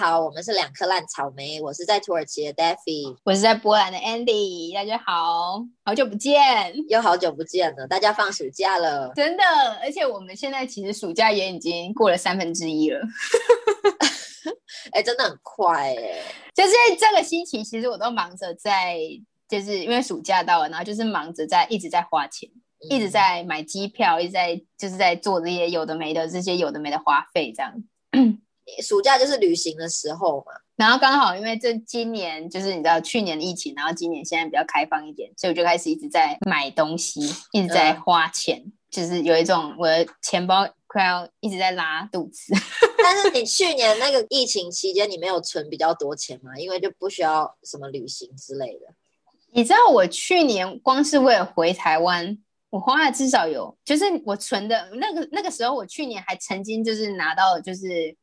好，我们是两颗烂草莓，我是在土耳其的 Daffy，我是在波兰的 Andy，大家好，好久不见，又好久不见了，大家放暑假了，真的，而且我们现在其实暑假也已经过了三分之一了，哎、真的很快哎、就是这个星期其实我都忙着在，就是因为暑假到了，然后就是忙着在一直在花钱，嗯一直在买机票，一直在就是在做这些有的没的这些有的没的花费这样暑假就是旅行的时候嘛， 然后刚好因为这今年就是你知道去年的疫情，然后今年现在比较开放一点，所以我就开始一直在买东西，一直在花钱，就是有一种我的钱包快要一直在拉肚子。 但是你去年那个疫情期间，你没有存比较多钱吗？因为就不需要什么旅行之类的，你知道我去年光是为了回台湾，我花了至少有，就是我存的那个那个时候，我去年还曾经就是拿到就是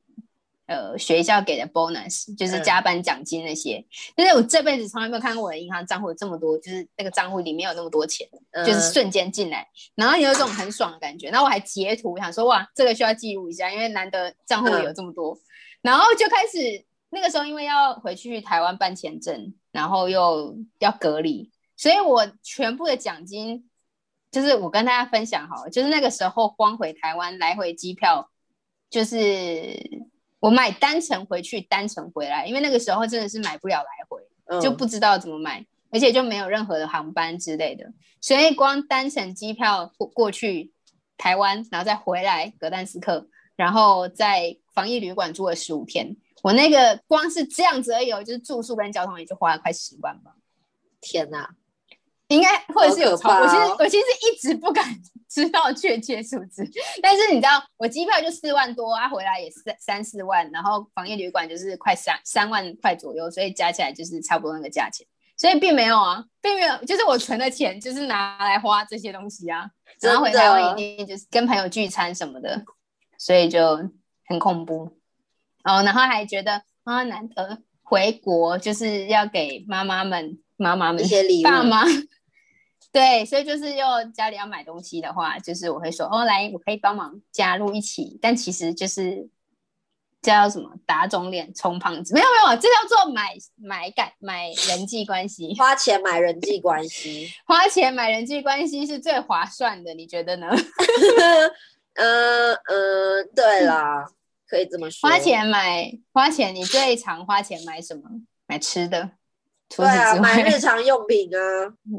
呃学校给的 bonus，就是嗯加班奖金那些，但是我这辈子从来没有看过我的银行账户有这么多，就是那个账户里面有那么多钱。嗯、就是瞬间进来，然后有一种很爽的感觉。然后我还截图，想说哇，这个需要记录一下，因为难得账户有这么多。然后就开始那个时候，因为要回去台湾办签证，然后又要隔离，所以我全部的奖金，就是我跟大家分享好了，就是那个时候光回台湾来回机票，就是我买单程回去，单程回来，因为那个时候真的是买不了来回。嗯就不知道怎么买，而且就没有任何的航班之类的，所以光单程机票过过去台湾，然后再回来格但斯克，然后在防疫旅馆住了十五天，我那个光是这样子而已哦，就是住宿跟交通也就花了快十万吧，天哪、应该或者是有超好过。可怕我其实哦我其实一直不敢知道确切数字， 但是你知道，我机票就四万多啊，回来也三三四万，然后防疫旅馆就是快三三万块左右，所以加起来就是差不多那个价钱。所以并没有啊，并没有，就是我存的钱就是拿来花这些东西啊，真的然后回台湾一定就是跟朋友聚餐什么的，所以就很恐怖。哦，然后还觉得啊，难得回国就是要给妈妈们、妈妈们一些礼物爸妈。对，所以就是又家里要买东西的话，就是我会说哦，来，我可以帮忙加入一起，但其实就是这叫什么打肿脸充胖子，没有没有，这叫做买买感买人际关系，花钱买人际关系。 花钱买人际关系是最划算的，你觉得呢？呃呃，对啦，可以这么说。花钱买花钱，你最常花钱买什么？买吃的，除对此啊，之买 外，日常用品啊，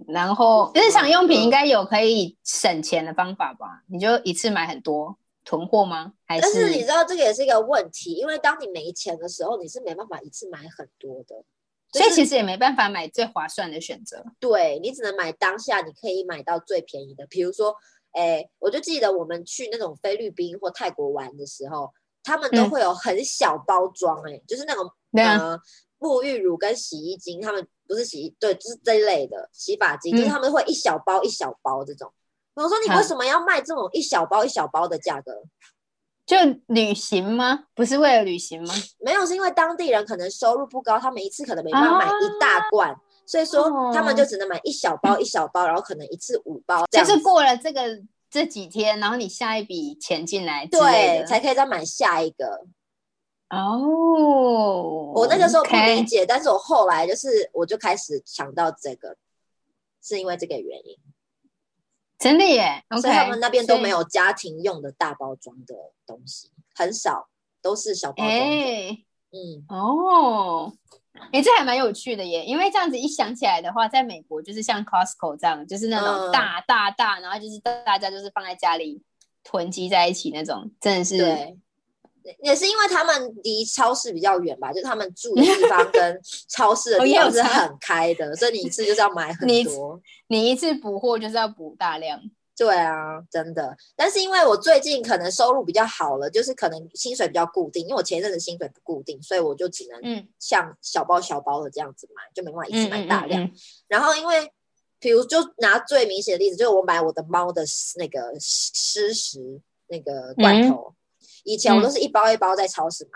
然后嗯日常用品应该有可以省钱的方法吧？你就一次买很多囤货吗？还但是你知道这个也是一个问题，因为当你没钱的时候，你是没办法一次买很多的，就所以是其实也没办法买最划算的选择。对你只能买当下你可以买到最便宜的。比如说，哎，我就记得我们去那种菲律宾或泰国玩的时候，他们都嗯会有很小包装、哎、就是那种对啊，呃，沐浴乳跟洗衣精，他们不是洗衣，对，就是这一类的洗发精，就是嗯他们会一小包一小包这种。我说你为嗯什么要卖这种一小包一小包的价格？就旅行吗？不是为了旅行吗？没有，是因为当地人可能收入不高，他们一次可能没办法买一啊大罐，所以哦说他们就只能买一小包一小包，然后可能一次五包这样就子，是过了这个这几天，然后你下一笔钱进来之类对，的才可以再买下一个。哦。我那个时候不 OK 理解但是我后来就是我就开始想到这个，是因为这个原因真的耶所，OK，以他们那边都所以没有家庭用的大包装的东西，很少，都是小包哎、装的。嗯，哦，哎、这还蛮有趣的耶，因为这样子一想起来的话，在美国就是像 Costco 这样，就是那嗯种大大大，然后就是大家就是放在家里囤积在一起那种，真的是对。也是因为他们离超市比较远吧，就是他他们住的地方跟超市的地 哦也方有是差很开的，所以你一次就是要买很你多。你一次补货就是要补大量，对啊，真的。但是因为我最近可能收入比较好了，就是可能薪水比较固定，因为我前一阵子薪水不固定，所以我就只能嗯，像小包小包的这样子买，就没办法一次嗯买大量。嗯嗯嗯然后因为，比如就拿最明显的例子，就是我买我的猫的那个湿食那个嗯罐头，以前我都是一包一包在超市买，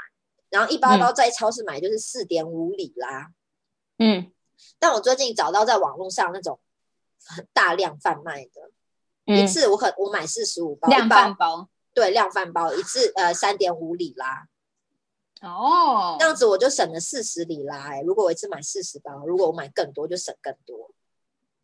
然后一包一包在超市买就是四点五里拉，嗯但我最近找到在网络上那种很大量贩卖的，一嗯，次我可我买四十五包，量一包贩包对量贩包一次呃三点五里拉，哦这，样子我就省了四十里拉、欸。如果我一次买四十包，如果我买更多就省更多。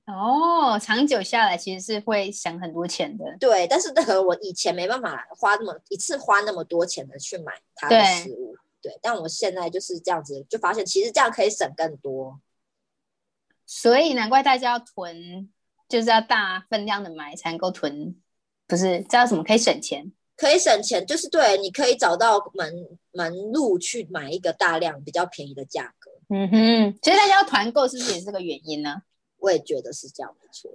哦，长久下来其实是会省很多钱的。对，但是那个我以前没办法花那么一次花那么多钱的去买它的对食物。对，但我现在就是这样子，就发现其实这样可以省更多。所以难怪大家要囤，就是要大分量的买才能够囤，不是这叫什么可以省钱？可以省钱，就是对，你可以找到门门路去买一个大量比较便宜的价格，嗯哼，所以大家要团购是不是也是个原因呢？我也觉得是这样没错。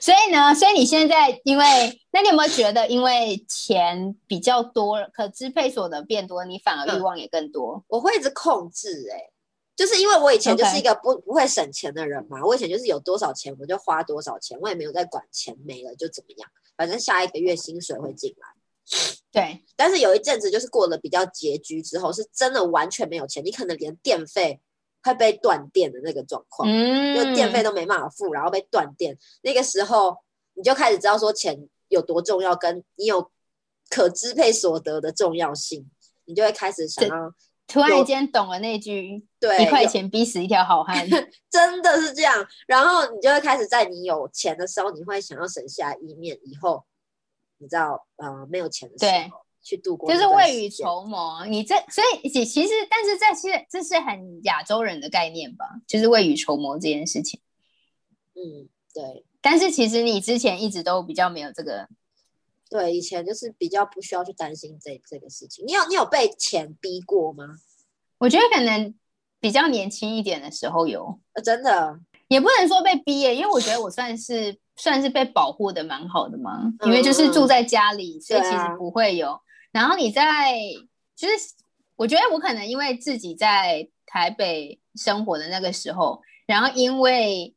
所以呢，所以你现在因为，那你有没有觉得因为钱比较多了，可支配所得变多，你反而欲望也更多？我会一直控制、欸，哎，就是因为我以前就是一个不不会省钱的人嘛，我以前就是有多少钱我就花多少钱，我也没有在管钱没了就怎么样，反正下一个月薪水会进来。对，但是有一阵子就是过得比较拮据之后，是真的完全没有钱，你可能连电费会被断电的那个状况。嗯，就哦电费都没办法付，然后被断电。那个时候你就开始知道说钱有多重要，跟你有可支配所得的重要性，你就会开始想要突然间懂了那句对“一块有钱逼死一条 好汉真的是这样。然后你就会开始在你有钱的时候，你会想要省下一面，以后你知道呃没有钱的时对候去度”，过就那是段时间，未雨绸缪。你这所以其其实，但是这是这是很亚洲人的概念吧，就是未雨绸缪这件事情。嗯，对但是其实你之前一直都比较没有这个，对，以前就是比较不需要去担心这这个事情。你有你有被钱逼过吗？我觉得可能比较年轻一点的时候有，呃、真的，也不能说被逼耶、因为我觉得我算是算是被保护的蛮好的嘛，因为就是住在家里，所以其嗯对实啊不会有。然后你在就是，我觉得我可能因为自己在台北生活的那个时候，然后因为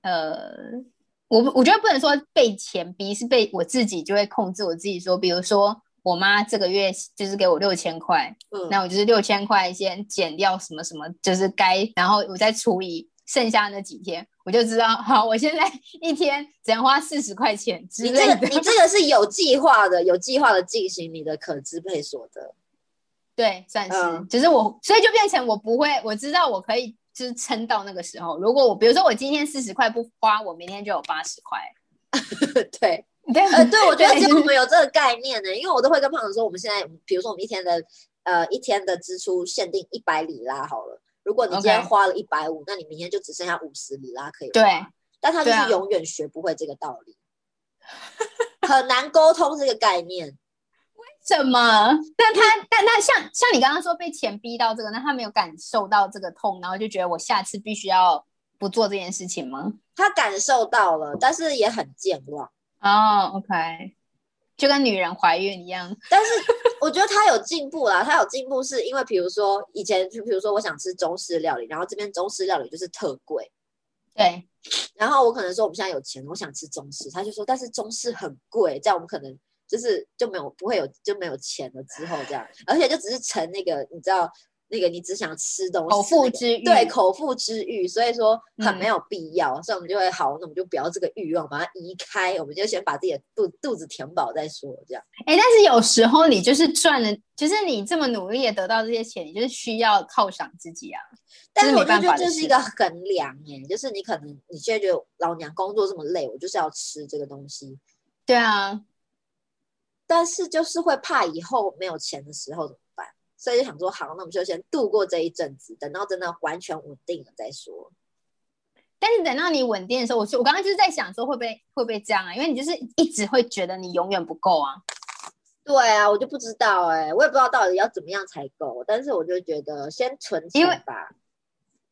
呃，我不我觉得不能说被钱逼，是被我自己就会控制我自己说，比如说我妈这个月就是给我六千块，嗯，那我就是六千块先减掉什么什么，就是该，然后我再除以剩下那几天，我就知道，好，我现在 一天只能花四十块钱之你类这的。个你这个是有计划的，有计划的进行你的可支配所得。 对，算是，嗯只是我，所以就变成我不会，我知道我可以就是撑到那个时候。如果我比如说我今天四十块不花，我明天就有八十块。 对，对，呃，对，我觉得对只有我 们有这个概念呢、因为我都会跟胖子说，我们现在比如说我们一天的呃一天的支出限定一百里拉好了，如果你今天 OK 花了一百五，那你明天就只剩下五十里拉可以花。 对，但他就对啊是永远学不会这个道理， 很难沟通这个概念。什么？但他但他像像你刚刚说被钱逼到这个，那他没有感受到这个痛，然后就觉得我下次必须要不做这件事情吗？他感受到了，但是也很健忘。哦，OK、o k 就跟女人怀孕一样，但是我觉得他有进步啦，他有进步是因为，比如说以前，就比如说我想吃中式料理，然后这边中式料理就是特贵，对，然后我可能说我们现在有钱，我想吃中式，他就说但是中式很贵，这样我们可能就是就没有不会有就没有钱了之后这样，而且就只是成那个你知道那个你只想吃东西口腹那个之欲，对口腹之欲，所以说很嗯没有必要，所以我们就会好，那我们就不要这个欲望，把它移开，我们就先把自己的肚肚子填饱再说这样。哎、但是有时候你就是赚了，就是你这么努力也得到这些钱，你就是需要犒赏自己啊。但是这是我没就办觉法得的这是一事个衡量耶，就是你可能你现在觉得老娘工作这么累，我就是要吃这个东西，对啊，但是就是会怕以后没有钱的时候怎么办，所以就想说好，那我们就先度过这一阵子，等到真的完全稳定了再说。但是等到你稳定的时候，我就我刚刚就是在想说会不会会不会这样啊？因为你就是一直会觉得你永远不够啊。对啊，我就不知道哎、我也不知道到底要怎么样才够，但是我就觉得先存因为钱吧。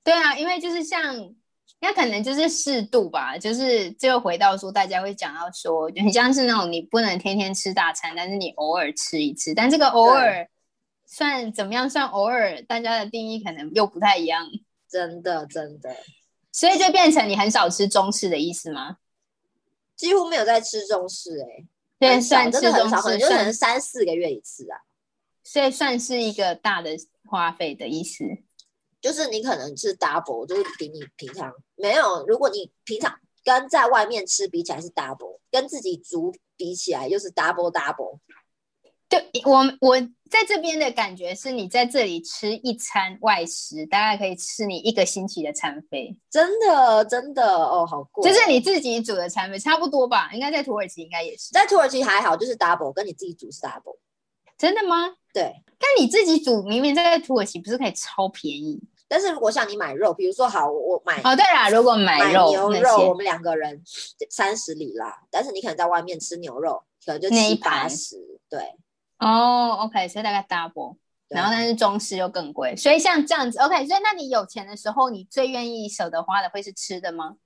对啊，因为就是像那可能就是适度吧，就是这又回到说大家会讲到说，很像是那种你不能天天吃大餐，但是你偶尔吃一次，但这个偶尔算怎么样算偶尔，大家的定义可能又不太一样，真的真的，所以就变成你很少吃中式的意思吗？几乎没有在吃中式哎、对，很少算真吃的很中少，可能式就可能算，三四个月一次啊。所以算是一个大的花费的意思。就是你可能是 double，就是比你平常没有。如果你平常跟在外面吃比起来是 double，跟自己煮比起来又是 double double。就我我在这边的感觉是，你在这里吃一餐外食，大概可以吃你一个星期的餐费，真的真的哦，好贵哦。就是你自己煮的餐费差不多吧？应该在土耳其应该也是。在土耳其还好，就是 double，跟你自己煮是 double。真的吗？对，但你自己煮，明明在土耳其不是可以超便宜？但是如果像你买肉，比如说好，我我买哦，对啦，如果买买肉牛那肉，我些，们两个人三十里啦，但是你可能在外面吃牛肉，可能就那七一八盘十，对。哦，OK，所以大概 double。对然后但是中式又更贵，所以像这样子，OK，所以那你有钱的时候，你最愿意舍得花的会是吃的吗？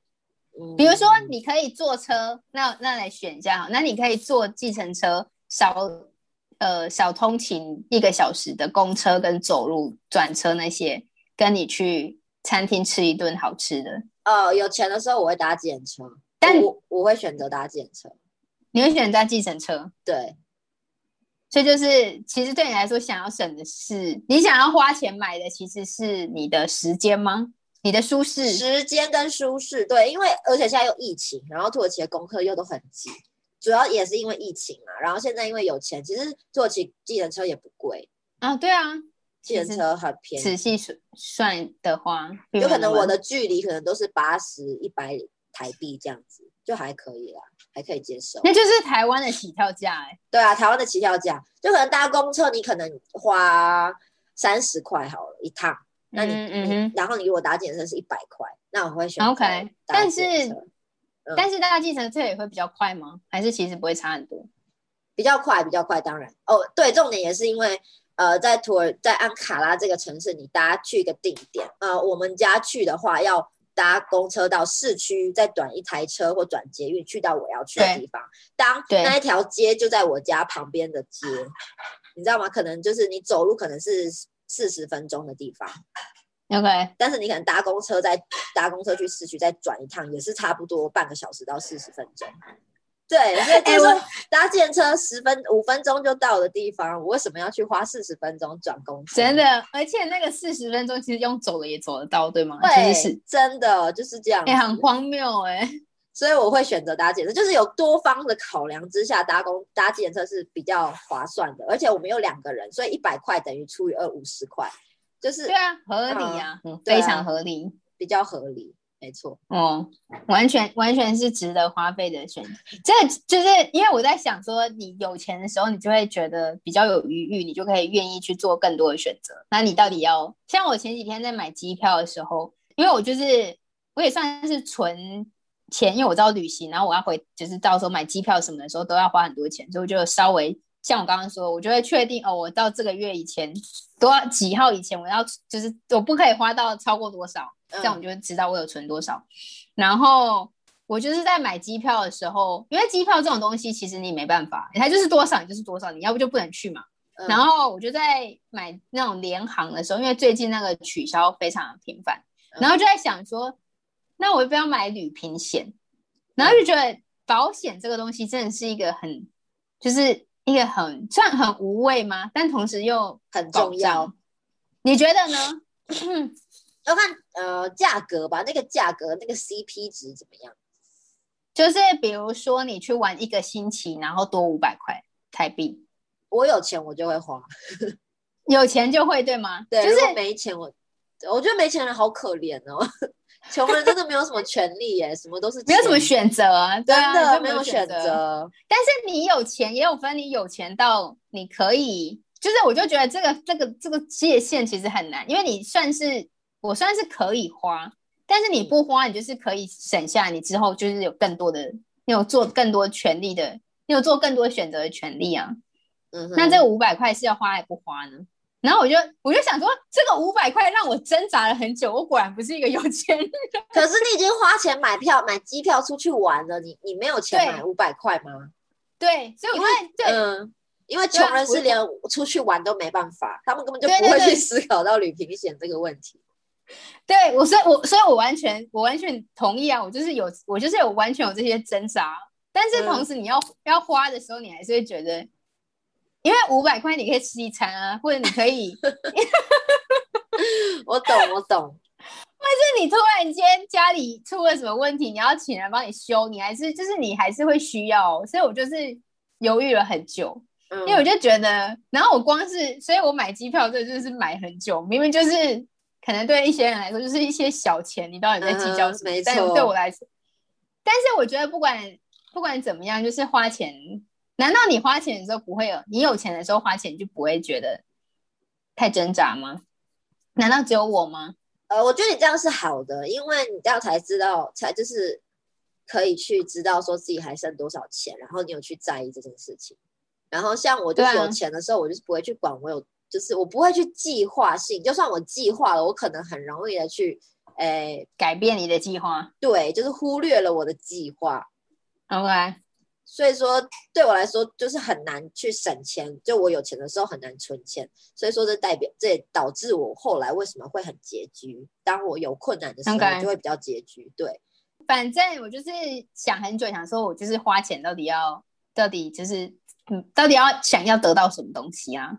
嗯比如说你可以坐车，那那来选一下哈，那你可以坐计程车，少呃少通勤一个小时的公车跟走路转车那些，跟你去餐厅吃一顿好吃的，呃，有钱的时候我会搭计程车，但我我会选择搭计程车。你会选择计程车？对，所以就是，其实对你来说，想要省的是你想要花钱买的，其实是你的时间吗？你的舒适？时间跟舒适，对，因为而且现在又疫情，然后土耳其的功课又都很急，主要也是因为疫情嘛。然后现在因为有钱，其实土耳其计程车也不贵，啊，对啊，计程车很便仔宜，细算算的话，比有可我能们我的距离可能都是八十一百台币这样子，就还可以啦，还可以接受。那就是台湾的起跳价哎、对啊，台湾的起跳价，就可能搭公车你可能花三十块好了一趟，那你、嗯嗯你哼然后你如果搭健身是一百块，那我会选择 OK，搭但计程是车嗯但是大家计程车也会比较快吗？还是其实不会差很多？比较快，比较快，当然哦，对，重点也是因为。呃，在土耳在安卡拉这个城市，你搭去一个定点，呃，我们家去的话要搭公车到市区，再转一台车或转捷运去到我要去的对地方。当对那一条街就在我家旁边的街，你知道吗？可能就是你走路可能是四十分钟的地方， OK，但是你可能搭公车再搭公车去市区再转一趟，也是差不多半个小时到四十分钟。对， 所以就是哎我说搭电车十分五分钟就到的地方，我为什么要去花四十分钟转公车？真的，而且那个四十分钟其实用走了也走得到，对吗？其实对是，真的就是这样子。哎、很荒谬哎、所以我会选择搭电车，就是有多方的考量之下，搭公搭电车是比较划算的。而且我们有两个人，所以一百块等于除以二五十块，就是对啊，合理啊，嗯对啊非常合理。比较合理。没错，哦，完全完全是值得花费的选择。这就是因为我在想说，你有钱的时候，你就会觉得比较有余裕，你就可以愿意去做更多的选择。那你到底要像我前几天在买机票的时候，因为我就是我也算是存钱，因为我知道旅行，然后我要回，就是到时候买机票什么的时候都要花很多钱，所以我就稍微像我刚刚说，我就会确定哦，我到这个月以前多少几号以前我要就是我不可以花到超过多少。这样我嗯就会知道我有存多少。然后我就是在买机票的时候，因为机票这种东西其实你没办法，它就是多少你就是多少，你要不就不能去嘛。嗯然后我就在买那种联航的时候，因为最近那个取消非常频繁，嗯然后就在想说，那我要不要买旅平险？然后就觉得保险这个东西真的是一个很，就是一个很算很无谓吗？但同时又很保重要障。你觉得呢？要看呃价格吧，那个价格那个 CP 值怎么样？就是比如说你去玩一个星期，然后多五百块台币，我有钱我就会花，有钱就会对吗？对，就是如果没钱我，我觉得没钱人好可怜哦， 穷人真的没有什么权利耶，什么都是没有什么钱选择啊，对真啊的就没没有选选。择，但是你有钱也有分，你有钱到你可以，就是我就觉得这个这个这个界限其实很难，因为你算是我算是可以花，但是你不花，你就是可以省下你之后就是有更多的，你有做更多权利的，你有做更多选择的权利啊。嗯哼，那这五百块是要花还不花呢？然后我就我就想说，这个五百块让我挣扎了很久，我果然不是一个有钱人。可是你已经花钱买票买机票出去玩了，你你没有钱对买五百块吗？ 对，所以我因呃就为在对、嗯。因为对啊穷人我是连出去玩都没办法，他们根本就对不对会对去思考到旅平险这个问题。 对我，所以我所以我完全我完全同意啊，我就是有我就是有完全有这些挣扎，但是嗯同时你要、要花的时候，你还是会觉得，因为五百块你可以吃一餐啊，或者你可 以，就我懂，我懂，是你突然间家里出了什么问题，你要哦请人帮你修，你还是就是你还是会需要，所以我就是犹豫了很久。嗯因为我就觉得，然后我光是，所以我买机票这就是买很久，明明就是可能对一些人来说就是一些小钱，你到底在计较嗯什么？没但错对我来说，但是我觉得不管不管怎么样，就是花钱，难道你花钱的时候不会有？你有钱的时候花钱就不会觉得太挣扎吗？难道只有我吗？呃，我觉得你这样是好的，因为你这样才知道，才就是可以去知道说自己还剩多少钱，然后你有去在意这件事情。然后像我就对是啊有钱的时候，我就是不会去管我有，就是我不会去计划性，就算我计划了，我可能很容易的去，诶，改变你的计划对，就是忽略了我的计划。 ，OK？所以说，对我来说就是很难去省钱，就我有钱的时候很难存钱，所以说这代表这也导致我后来为什么会很拮据。当我有困难的时候， OK 我就会比较拮据。对，反正我就是想很久，想说我就是花钱到底要，到底就是，嗯，到底要想要得到什么东西啊？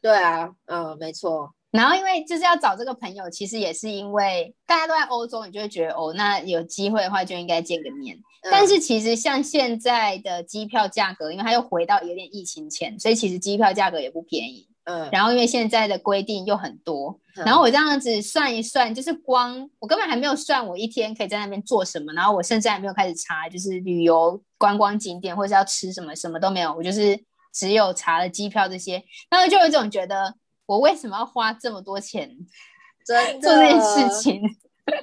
对啊，嗯，没错，然后因为就是要找这个朋友，其实也是因为大家都在欧洲，你就会觉得哦，那有机会的话就应该见个面。嗯但是其实像现在的机票价格，因为它又回到有点疫情前，所以其实机票价格也不便宜。嗯，然后因为现在的规定又很多，嗯然后我这样子算一算，就是光我根本还没有算我一天可以在那边做什么，然后我甚至还没有开始查，就是旅游观光景点或是要吃什么，什么都没有，我就是只有查了机票这些，然后就有一种觉得我为什么要花这么多钱真的做这件事，情？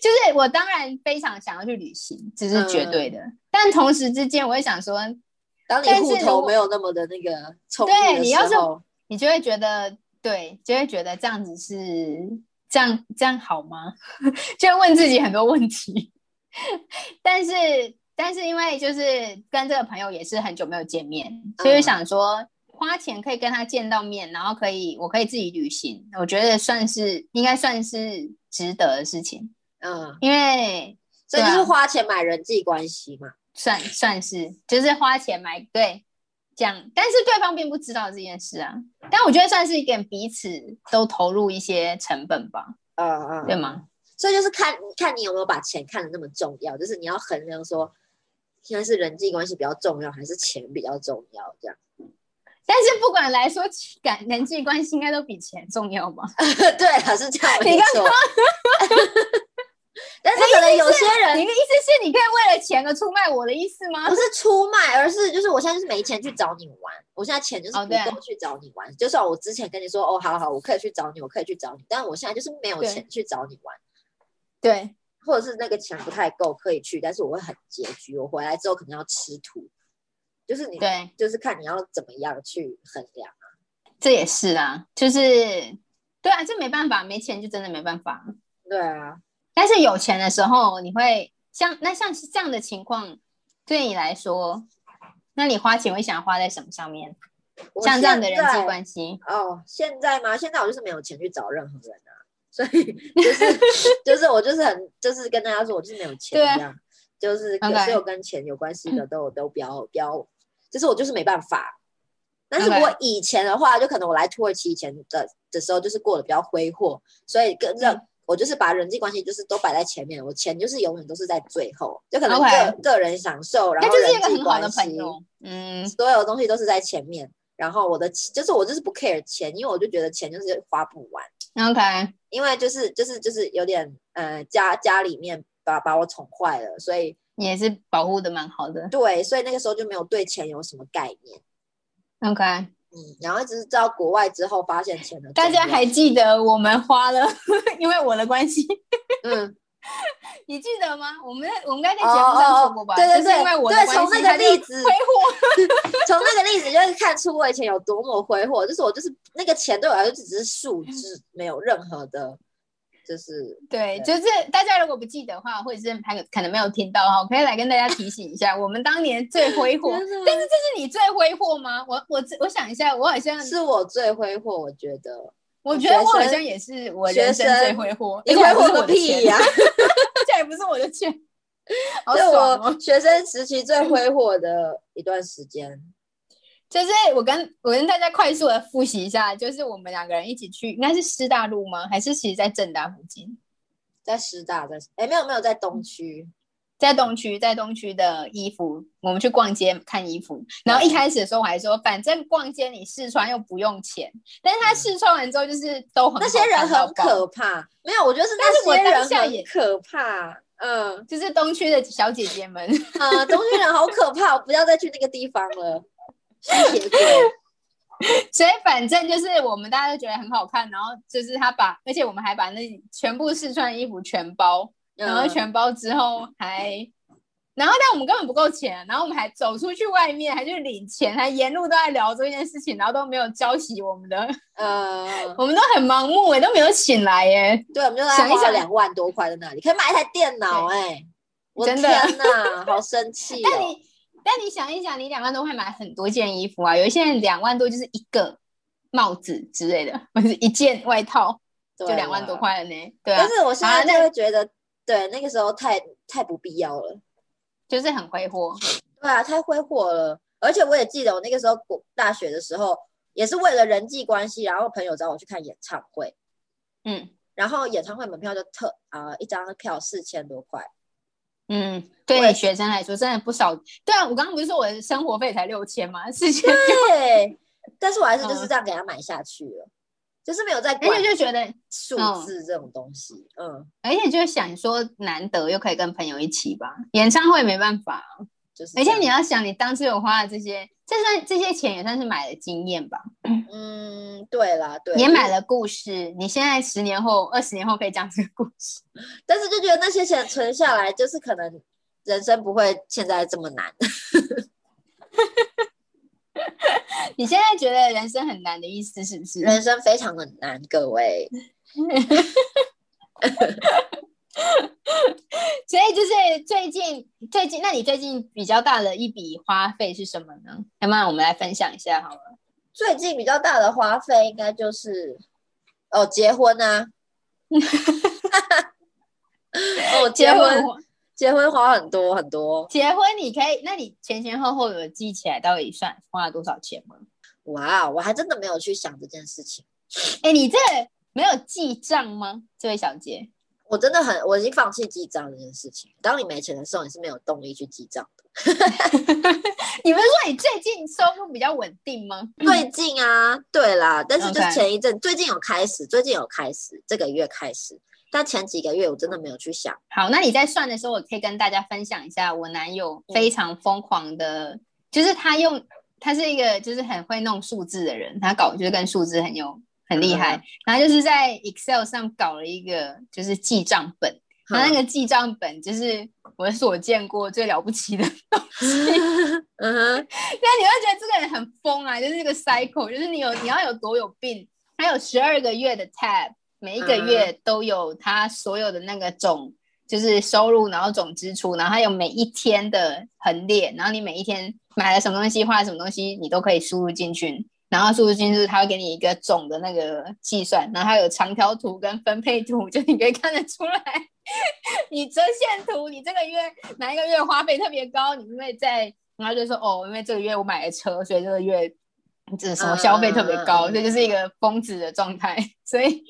就是我当然非常想要去旅行，这是绝对的，嗯但同时之间我也想说，当你但户是如头果没有那么的那个充裕对的你要时是候，你就会觉得，对，就会觉得这样子是这样这样好吗？ 就会问自己很多问题。 但是但是因为就是跟这个朋友也是很久没有见面，所以嗯想说花钱可以跟他见到面，然后可以我可以自己旅行，我觉得算是应该算是值得的事情，嗯，因为所以对就是啊花钱买人际关系嘛，算算是就是花钱买对这样，但是对方并不知道这件事啊。但我觉得算是一点彼此都投入一些成本吧，嗯嗯，对？吗？所以就是看看你有没有把钱看得那么重要，就是你要衡量说，现在是人际关系比较重要，还是钱比较重要？这样 但是不管来说， 感人际关系应该都比钱重要吧？对啊，是这样你没 错。但是可能有些你人的意思是你可以为了钱而出卖我的意思吗 不？是出卖，而是就是我现在就是没钱去找你玩，我现在钱就是哦不对够去找你玩。就算我之前跟你说哦，好好，我可以去找你，我可以去找你，但我现在就是没有对钱去找你玩，对，或者是那个钱不太够可以去，但是我会很拮据，我回来之后可能要吃土，就是你对，就是看你要怎么样去衡量。这也是啊，就是对啊，这没办法，没钱就真的没办法。对啊，但是有钱的时候，你会像那像是这样的情况，对你来说，那你花钱会想花在什么上面？我像这样的现人际在关系，哦，现在吗？现在我就是没有钱去找任何人啊，所 以就是就是我就是很就是跟大家说，我就是没有钱对啊嗯这样，就是有 OK 所有跟钱有关系的都都不要不要，就是我就是没办法。但是 OK 我以前的话，就可能我来土耳其以前的的时候，就是过得比较挥霍，所以嗯跟让、我就是把人际关系就是都摆在前面，我钱就是永远都是在最后，就可能个 OK 个人享受，然那后就是一人个际很好关的系朋，友。嗯，所有东西都是在前面。然后我的就是我就是不 care 钱，因为我就觉得钱就是花不完，嗯 OK，因为就是就是就是有点呃家家里面把把我宠坏了，所以你也是保护的蛮好的。对，所以那个时候就没有对钱有什么概念， OK，嗯，然后一直是到国外之后发现钱的重大要，家还记得我们花了， 因为我的关系，嗯你记得吗？我们在我们刚才在哦节目上哦说过哦吧？，对对就是因为对我的对，关从系那个他就例子挥霍。 从那个例子就会看出我以前有多么挥霍，就是我就是那个钱对我来说只是数字，没有任何的，就是对，就是大家如果不记得的话，或者是还可能没有听到的话，我可以来跟大家提醒一下，我们当年最挥霍。真的但是这是你最挥霍吗？我我我想一下，我好像是我最挥霍，我觉得。我觉得我好学像生也是我学人生最生挥霍，你而且挥哎还不霍是我个的钱屁呀、！而且也不是我的钱， 好是爽哦！我学生时期最挥霍的一段时间。就是我跟我跟大家快速的复习一下，就是我们两个人一起去，应该是师大路吗？还是其实在正大附近？在师大，在哎、没有没有在东区，在东区，在东区的衣服，我们去逛街看衣服。然嗯后一开始的时候我还说，反正逛街你试穿又不用钱，但是他试穿完之后就是都很嗯那些人很可怕，没有，我觉得是那些哦但是我当人下也很可怕。嗯 就是东区的小姐姐们，啊，东区人好可怕，我不要再去那个地方了。吸血鬼，所以反正就是我们大家都觉得很好看，然后就是他把，而且我们还把那全部试穿的衣服全包， 然后嗯全包之后还，然后但我们根本不够钱，然后我们还走出去外面，还去领钱，还沿路都在聊这件事情，然后都没有浇熄我们的，呃，我们都很盲目哎、都没有醒来耶、对，我们就大想概一想花了两万多块在那里，可以买一台电脑哎、我真的天哪，好生气 但哦！你但你想一想，你两万多会买很多件衣服啊，有一些人两万多就是一个帽子之类的，或者是一件外套就对两万多啦块了呢，对啊但。是我现好啊在就那会觉得，对那个时候太太不必要了。就是很挥霍，对啊，太挥霍了。而且我也记得我那个时候国大学的时候，也是为了人际关系，然后朋友找我去看演唱会，嗯然后演唱会门票就特啊、一张票四千多块， 嗯，我对也学生来说真的不少。对啊，我刚刚不是说我的生活费才六千吗？四千， 对。但是我还是就是嗯这样给他买下去了，就是没有在而管且就觉得，数嗯字这种东西，嗯。而且就想说，难得又可以跟朋友一起吧。演唱会没办法，啊就是这而样。且你要想，你当初有花的这些，这算这些钱也算是买了经验吧，嗯，对啦，对，也就是买了故事。你现在十年后、二十年后可以讲这个故事，但是就觉得那些钱存下来，就是可能人生不会现在这么难。你现在觉得人生很难的意思是不是？人生非常的难，各位。所以就是最近最近，那你最近比较大的一笔花费是什么呢？要不然我们来分享一下好了。最近比较大的花费应该就是哦，结婚啊。 哦，结婚，结婚花很多很多，结婚你可以，那你前前后后有记起来到底算花了多少钱吗？哇，哦我还真的没有去想这件事情。哎，你这没有记账吗，这位小姐？我真的很，我已经放弃记账这件事情。当你没钱的时候，你是没有动力去记账的。你不是说你最近收入比较稳定吗？最近啊，对啦，但是就是嗯 OK 前一阵最近有开始，最近有开始，这个月开始，但前几个月我真的没有去想。好，那你在算的时候，我可以跟大家分享一下，我男友非常疯狂的，就是他用他是一个就是很会弄数字的人，他搞就是跟数字很有很厉害，然后就是在 Excel 上搞了一个就是记账本，他啊那嗯个记账本就是我所见过最了不起的嗯哼，那你会觉得这个人很疯啊，就是这个 cycle，就是你有你要有多有病，他有十二个月的 tab，每一个月都有他所有的那个总，就是收入，然后总支出，然后他有每一天的横列，然后你每一天买了什么东西，花了什么东西，你都可以输入进去。然后输入进去，他会给你一个总的那个计算，然后它有长条图跟分配图，就你可以看得出来，你折线图，你这个月哪一个月花费特别高，你因为在，然后就说哦，因为这个月我买了车，所以这个月这什么消费特别嗯嗯高，嗯嗯这、就是一个疯子的状态。 所以，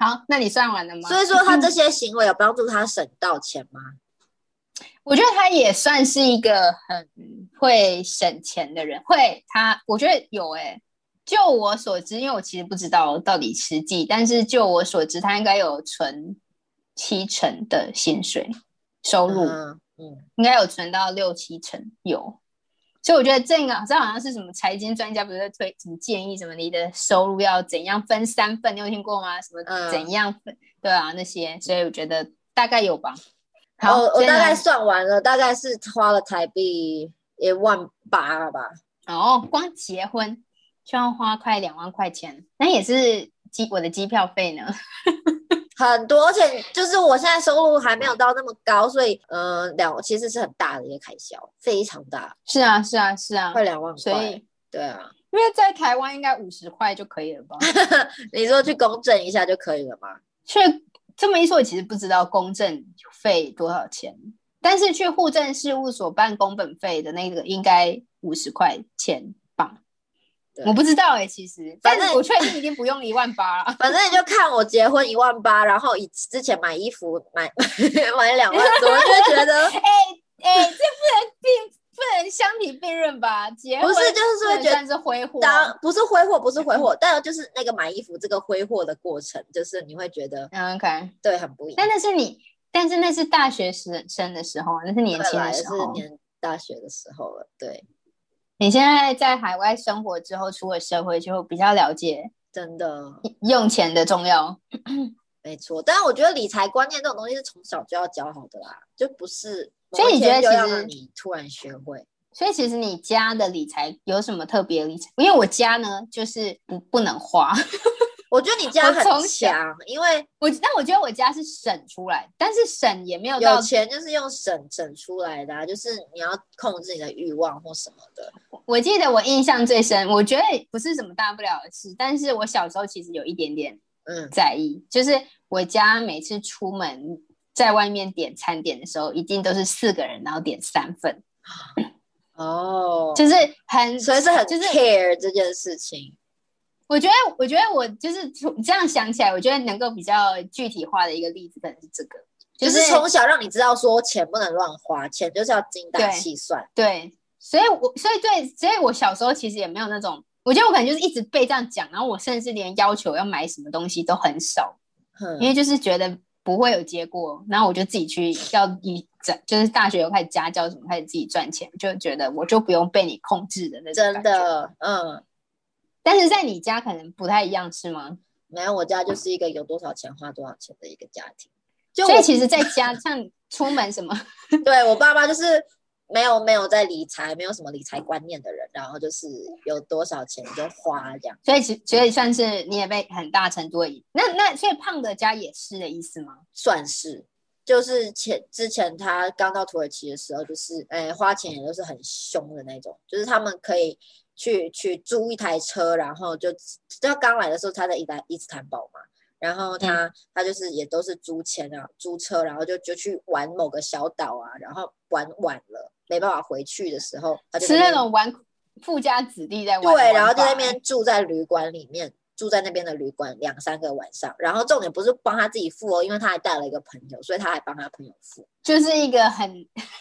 好，那你算完了吗？所以说他这些行为有帮助他省到钱吗？我觉得他也算是一个很会省钱的人，会他，我觉得有诶、就我所知，因为我其实不知道到底实际，但是就我所知，他应该有存七成的薪水收入，嗯嗯，应该有存到六七成有。所以我觉得这个这好像是什么财经专家不是在推什么建议什么你的收入要怎样分三份，你有听过吗？什么嗯怎样分？对啊，那些，所以我觉得大概有吧。好，哦我我接下大来概算完了，大概是花了台币一万八吧。哦，光结婚就要花快两万块钱，那也是机我的机票费呢。 很多，而且就是我现在收入还没有到那么高，所以嗯，呃两、其实是很大的一个开销，非常大，是啊，是啊，是啊快。两万所以块。，对啊，因为在台湾应该五十块就可以了吧？你说去公证一下就可以了吗？却这么一说，我其实不知道公证费多少钱，但是去户政事务所办公本费的那个应该五十块钱吧？对我不知道哎、其实，反但正是我确定一定不用一万 八了。反正你就看我结婚一万八，然后以之前买衣服买 买两 万多，就觉得哎哎、这不能并不能相提并论吧？结婚不是，就是不会能觉得算是挥霍，啊当不是挥霍，不是挥 霍，但就是那个买衣服这个挥霍的过程，就是你会觉得嗯，OK。对很不一样但。那是你，但是那是大学时生的时候，啊那是年轻本来的就时是候。念大学的时候了，对，你现在在海外生活之后，出了社会就比较了解真的用钱的重要。没错。但我觉得理财观念这种东西是从小就要教好的啦，就不是某所以一你觉天得就其要实让你突然学会。所以其实你家的理财有什么特别理财？因为我家呢，就是不不能花。我觉得你家我很从小强，因为我但我觉得我家是省出来，但是省也没有到有钱就是用省省出来的、啊，就是你要控制你的欲望或什么的。我记得我印象最深，我觉得不是什么大不了的事，但是我小时候其实有一点点嗯，在意，就是我家每次出门在外面点餐点的时候，一定都是四个人，然后点三份，哦，就是很，所以是很就是 care 这件事情。我觉得，我觉得我就是这样想起来，我觉得能够比较具体化的一个例子，可能是这个，就是是从小让你知道说钱不能乱花，钱就是要精打对细算。对，所以我所以对，所以我小时候其实也没有那种，我觉得我可能就是一直被这样讲，然后我甚至连要求要买什么东西都很少。因嗯，为就是觉得不会有结果，然后我就自己去要以赚，就是大学又开始家教什么，开始自己赚钱，就觉得我就不用被你控制的那种真感觉。的，嗯，但是在你家可能不太一样，是吗？没有，我家就是一个有多少钱花多少钱的一个家庭。就所以我其实在家像出门什么，对我爸妈就是没有没有在理财，没有什么理财观念的人，然后就是有多少钱就花这样。所以其所以算是你也被很大程度的那那所以胖的家也是的意思吗？算是，就是前之前他刚到土耳其的时候，就是哎、花钱也都是很凶的那种，就是他们可以去去租一台车，然后就他刚来的时候他在伊兰伊斯坦堡嘛。然嗯后他、他就是也都是租钱啊，租车，然后就就去玩某个小岛啊，然后玩晚了没办法回去的时候，他啊就在是那边种玩富家子弟在玩的玩对，法，然后在那边住在旅馆里面，住在那边的旅馆两三个晚上。然后重点不是帮他自己付哦，因为他还带了一个朋友，所以他还帮他朋友付。就是一个很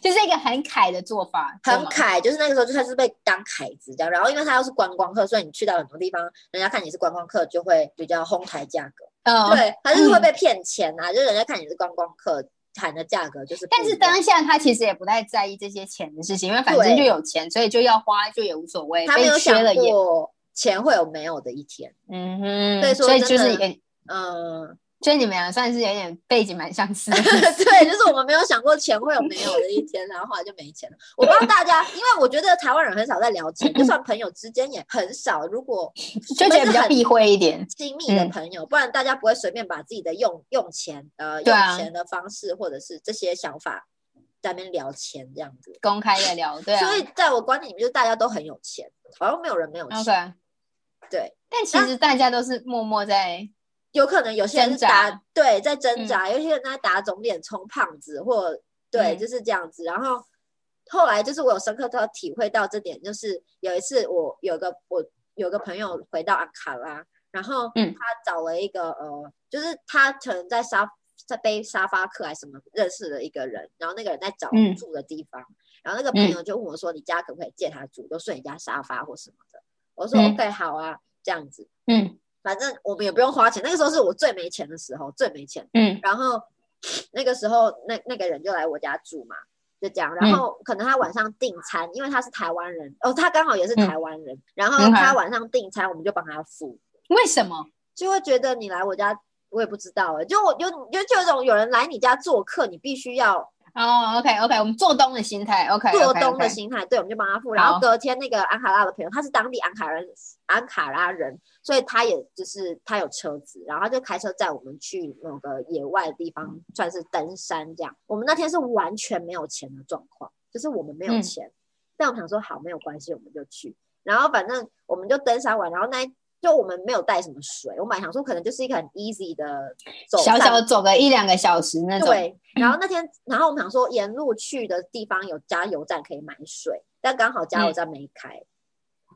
就是一个很凯的哦做法，对很吗凯，就是那个时候就他是被当凯子这样。然后因为他又是观光客，所以你去到很多地方，人家看你是观光客就会比较哄抬价格。嗯，对，他就是会被骗钱啊，就是人家看你是观光客喊的价格就是不一但样。是当下他其实也不太在意这些钱的事情，因为反嗯正对就有钱，所以就要花，就也无所谓。他没有被缺想了也，过钱会有没有的一天。嗯哼，对说所以真就的是也，嗯，所以你们俩算是有点背景蛮相似的。 对，就是我们没有想过钱会有没有的一天，然后后来就没钱了。我不知道大家，因为我觉得台湾人很少在聊钱，就算朋友之间也很少。如果就觉得比较避讳一点。亲密的嗯朋友，不然大家不会随便把自己的用用钱呃对用啊钱的方式或者是这些想法在那边聊钱这样子。公开的聊，对啊所以在我观念里面，就是大家都很有钱，好像没有人没有钱。 ，OK。对，但其实大家都是默默在，有可能有些人是挣扎打对在挣扎，有些人在打肿脸充胖子，或对、嗯就是这样子。然后后来就是我有深刻到体会到这点，就是有一次我有个我有个朋友回到安卡拉，然后嗯他找了一个、呃，就是他可能在沙在背沙发客还是什么认识了一个人，然后那个人在找嗯住的地方，然后那个朋友就问我说：“你家可不可以借他住，就睡你家沙发或什么的？”我说、嗯 OK 好啊，这样子。嗯反正我们也不用花钱。那个时候是我最没钱的时候，最没钱。嗯然后那个时候，那那个人就来我家住嘛，就这样。然后可能他晚上订餐，因为他是台湾人，哦，他刚好也是台湾人。然后他晚上订餐，我们就帮他付，为什么？就会觉得你来我家，我也不知道哎、就我就就就有种有人来你家做客，你必须要哦，OK OK，我们做东的心态，OK，做东的心态，对，我们就帮他付。然后隔天那个安卡拉的朋友，他是当地安卡人，安卡拉人，所以他也就是他有车子，然后他就开车载我们去某个野外的地方，算是登山这样。我们那天是完全没有钱的状况，就是我们没有嗯钱，但我们想说好没有关系，我们就去。然后反正我们就登山完，然后那一就我们没有带什么水，我本来想说可能就是一个很 easy 的走小散小走个一两个小时那种， 对，然后那天，然后我们想说沿路去的地方有加油站可以买水，但刚好加油站没开，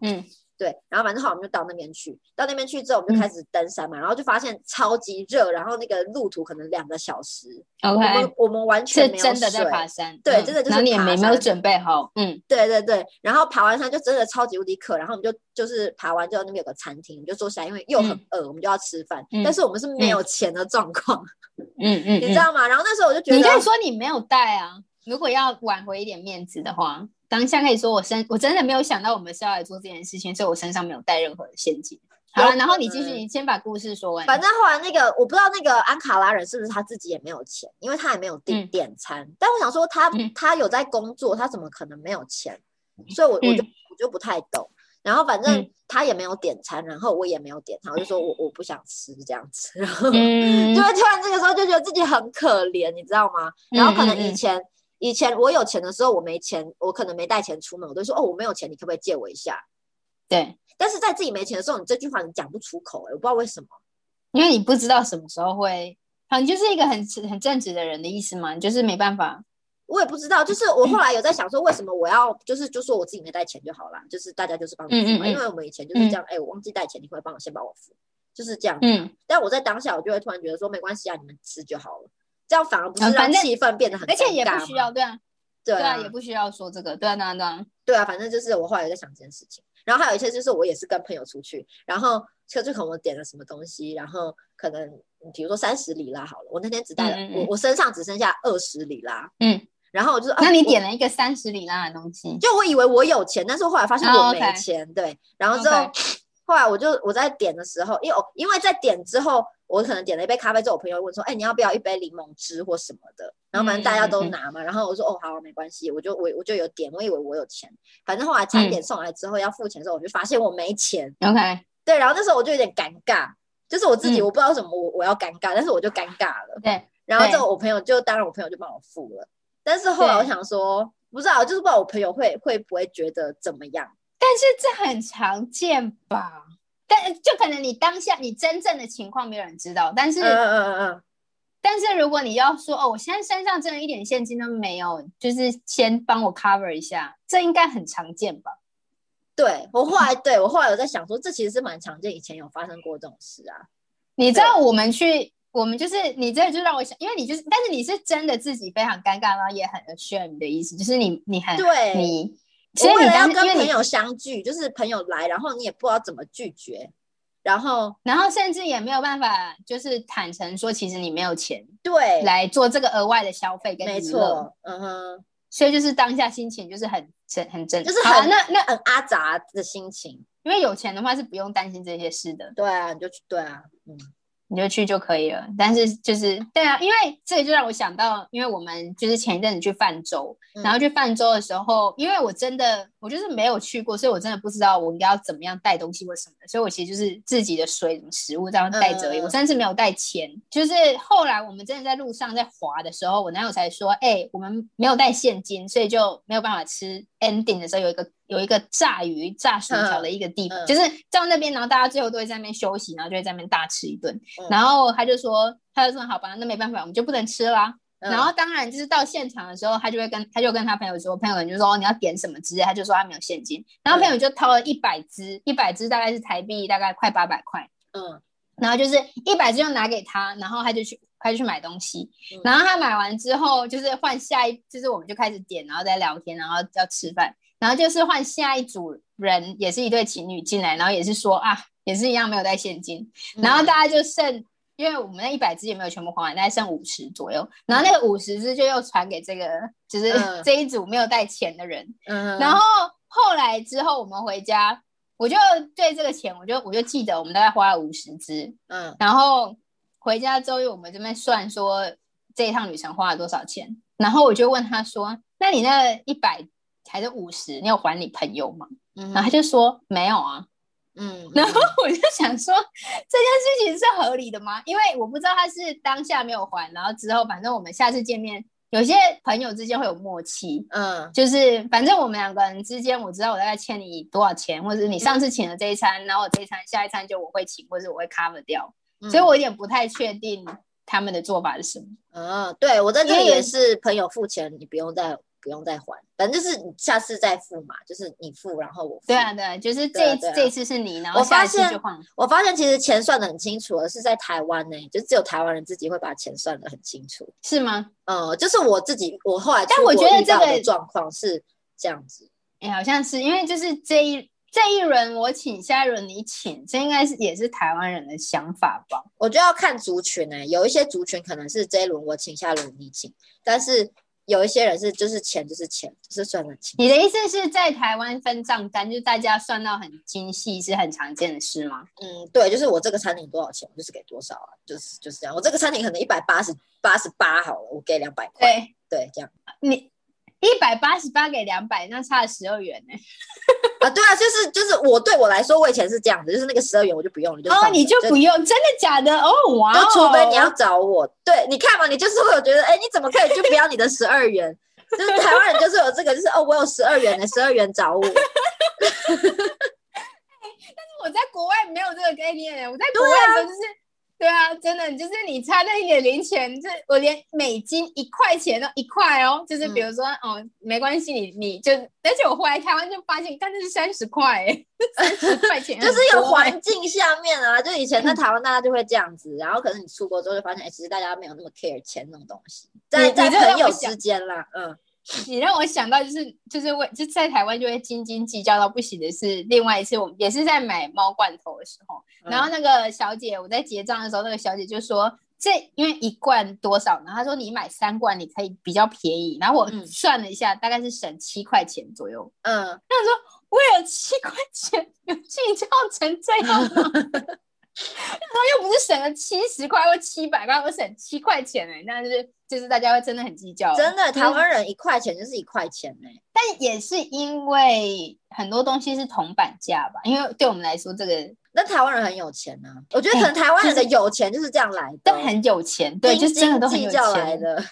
嗯，对，然后反正后来我们就到那边去，到那边去之后我们就开始登山嘛，然后就发现超级热，然后那个路途可能两个小时，我们，OK，我们完是全没有真的在水爬山，对嗯真的就是然后你也爬没没山有准备好，嗯，对对对，然后爬完山就真的超级无敌渴，然后我们就就是爬完之后那边有个餐厅，我们就坐下来，因为又很饿，我们就要吃饭，嗯但是我们是没有钱的状况，嗯嗯，你嗯知道吗？然后那时候我就觉得，你可以说你没有带啊，如果要挽回一点面子的话，当下可以说我身我真的没有想到我们是要来做这件事情，所以我身上没有带任何的现金。好有了，可然后你继续，能你先把故事说完。反正后来那个我不知道那个安卡拉人是不是他自己也没有钱，因为他也没有订嗯点餐。但我想说他、嗯他有在工作，他怎么可能没有钱？所以我我就、嗯我就不太懂。然后反正嗯他也没有点餐，然后我也没有点餐，我就说我我不想吃这样子。然后嗯就会突然这个时候就觉得自己很可怜，你知道吗？然嗯后可能以前、以前我有钱的时候，我没钱，我可能没带钱出门，我都说哦我没有钱，你可不可以借我一下？对，但是在自己没钱的时候，你这句话你讲不出口、欸，我不知道为什么。因为你不知道什么时候会，好，你就是一个很直很正直的人的意思嘛，你就是没办法。我也不知道，就是嗯我后来有在想说，为什么我要就是就说我自己没带钱就好啦，就是大家就是帮我付嘛，嗯嗯嗯因为我们以前就是这样，哎、我忘记带钱，你会帮我先帮我付，就是这样。嗯，但我在当下，我就会突然觉得说，没关系啊，你们吃就好了，这样反而不是嗯让反正气氛变得很尴而尬吗，且也不需要，对啊，对对啊啊，也不需要说这个，对啊，对啊，对啊，对啊，反正就是我后来有在想这件事情。然后还有一些就是我也是跟朋友出去，然后车就可能我点了什么东西，然后可能嗯比如说三十里拉好了，我那天只带了、嗯嗯嗯我我身上只剩下二十里拉，嗯，然后我就说，啊那你我点了一个三十里拉的东西，就我以为我有钱，但是我后来发现哦我没，OK 钱。对，然后之后 OK 后来我就我在点的时候，因为我因为在点之后，我可能点了一杯咖啡之后，我朋友问说：“哎、你要不要一杯柠檬汁或什么的？”然后反正大家嗯都拿嘛，然后我说：“哦，好啊，没关系。”我就我我就有点，我以为我有钱，反正后来嗯餐点送来之后要付钱的时候，我就发现我没钱。 ，OK，对，然后那时候我就有点尴尬，就是我自己嗯我不知道为什么我我要尴尬，但是我就尴尬了。对，然后之对后我朋友就，当然我朋友就帮我付了。但是后来我对想说，不知道，就是不知道我朋友会会不会觉得怎么样？但是这很常见吧？但就可能你当下你真正的情况没有人知道，但是、嗯嗯嗯嗯，但是如果你要说哦，我现在身上真的一点现金都没有，就是先帮我 cover 一下，这应该很常见吧？对我后来对我后来有在想说，这其实是蛮常见，以前有发生过这种事啊。你知道我们去，我们就是你这就让我想，因为你就是，但是你是真的自己非常尴尬，然后也很 ashamed 的意思，就是你你很对你，所我以为你了要当跟因为朋你友相聚，就是朋友来，然后你也不知道怎么拒绝，然后然后甚至也没有办法就是坦诚说，其实你没有钱对，来做这个额外的消费跟没娱乐。错，嗯哼，所以就是当下心情就是很真很真，就是好啦很那那很阿杂的心情。因为有钱的话是不用担心这些事的，对啊，你就去对啊，嗯，你就去就可以了。但是就是对啊，因为这个就让我想到，因为我们就是前一阵子去泛舟，嗯然后去泛舟的时候，因为我真的我就是没有去过，所以我真的不知道我应该要怎么样带东西或什么的，所以我其实就是自己的水、什么食物这样带着而已，嗯我甚至没有带钱。就是后来我们真的在路上在滑的时候，我男友才说：“哎、我们没有带现金，所以就没有办法吃 ending 的时候有一个有一个炸鱼炸薯条的一个地方，嗯嗯就是到那边，然后大家最后都会在那边休息，然后就会在那边大吃一顿。嗯然后他就说，他就说好吧，那没办法，我们就不能吃啦。”嗯然后当然就是到现场的时候，他就会跟他就跟他朋友说，朋友可能就说、哦、你要点什么之类，他就说他没有现金，然后朋友嗯就掏了一百支，一百支大概是台币大概快八百块，嗯然后就是一百支就拿给他，然后他就去他就去买东西嗯，然后他买完之后就是换下一，就是我们就开始点，然后再聊天，然后要吃饭，然后就是换下一组人，也是一对情侣进来，然后也是说啊，也是一样没有带现金，然后嗯大家就剩，因为我们那一百只也没有全部还完，大概剩五十左右。然后那个五十只就又传给这个，就是嗯这一组没有带钱的人。嗯，然后后来之后我们回家，我就对这个钱，我就我就记得我们大概花了五十只。嗯然后回家之后，我们这边算说这一趟旅程花了多少钱。然后我就问他说：“那你那一百还是五十，你有还你朋友吗？”嗯然后他就说：“没有啊。” 嗯，然后我就想说，这件事情是合理的吗？因为我不知道他是当下没有还，然后之后反正我们下次见面，有些朋友之间会有默契，嗯就是反正我们两个人之间，我知道我大概欠你多少钱，或者是你上次请了这一餐，然后我这一餐下一餐就我会请，或者我会 cover 掉，嗯，所以我有点不太确定他们的做法是什么。嗯，对我在这因里为也有是朋友付钱，你不用再不用再还，反正就是你下次再付嘛，就是你付，然后我付。对啊，对啊，就是对啊这一对啊这一次是你，然后我下发一次现就换。我发现其实钱算的很清楚，而是在台湾呢、就只有台湾人自己会把钱算的很清楚。是吗？呃，就是我自己，我后来但出我国觉得遇到这个的状况是这样子，哎、好像是因为就是这一这一轮我请，下一轮你请，这应该是也是台湾人的想法吧？我觉得要看族群呢、有一些族群可能是这一轮我请，下一轮你请，但是有一些人是就是钱就是钱，就是算得很清楚。你的意思是在台湾分账单，就是大家算到很精细，是很常见的事吗？嗯，对，就是我这个餐厅多少钱，我就是给多少啊，就是就是这样。我这个餐厅可能一百八十八十八好了，我给两百块，对对，这样你一百八十八给两百，那差了十二元呢、啊，对啊，就是就是我对我来说，我以前是这样子，就是那个十二元我就不用了，就哦，放着你就不用，真的假的？哦，哇哦！就除非你要找我，对，你看嘛，你就是会有觉得，哎、你怎么可以就不要你的十二元？就是台湾人就是有这个，就是哦，我有十二元的，十二元找 我。我在国外没有这个概念，我在啊国外的时候就是，对啊，真的就是你差那一点零钱，这我连美金一块钱都一块哦，就是嗯比如说、哦，没关系，你你就，而且我回来台湾就发现，但是三十块欸，三十块 钱就是很有多欸嗯环境下面啊，就以前在台湾大家就会这样子，然后可能你出国之后就发现，哎、其实大家没有那么 care 钱那种东西，在你在你这个让朋友我想之间啦，嗯，你让我想到就是就是为就在台湾就会斤斤计较到不行的是，另外一次我们也是在买猫罐头的时候，嗯然后那个小姐我在结账的时候，那个小姐就说这因为一罐多少呢？她说你买三罐你可以比较便宜，然后我嗯算了一下，大概是省七块钱 左右。嗯，为了七块钱有计较成这样吗？ 然后又不是省了七十块或七百块，我省七块钱哎、那就是就是大家会真的很计较，呃真的，就是台湾人一块钱就是一块钱欸呢、但也是因为很多东西是铜板价吧，因为对我们来说，这个那台湾人很有钱啊，我觉得可哎能台湾人的有钱就是这样来的，都很有钱，对，就斤是真的都斤很有计较来钱，的。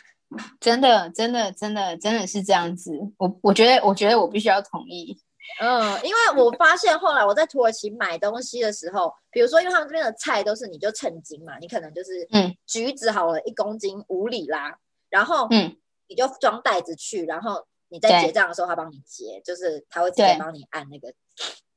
真的，真的，真的，真的是这样子。我我觉得，我觉得我必须要同意。嗯，因为我发现后来我在土耳其买东西的时候，比如说，因为他们这边的菜都是你就称斤嘛，你可能就是嗯橘子好了，一公斤五里拉，然后嗯你就装袋子去，然后你在对结账的时候他帮你结，就是他会直接对帮你按那个。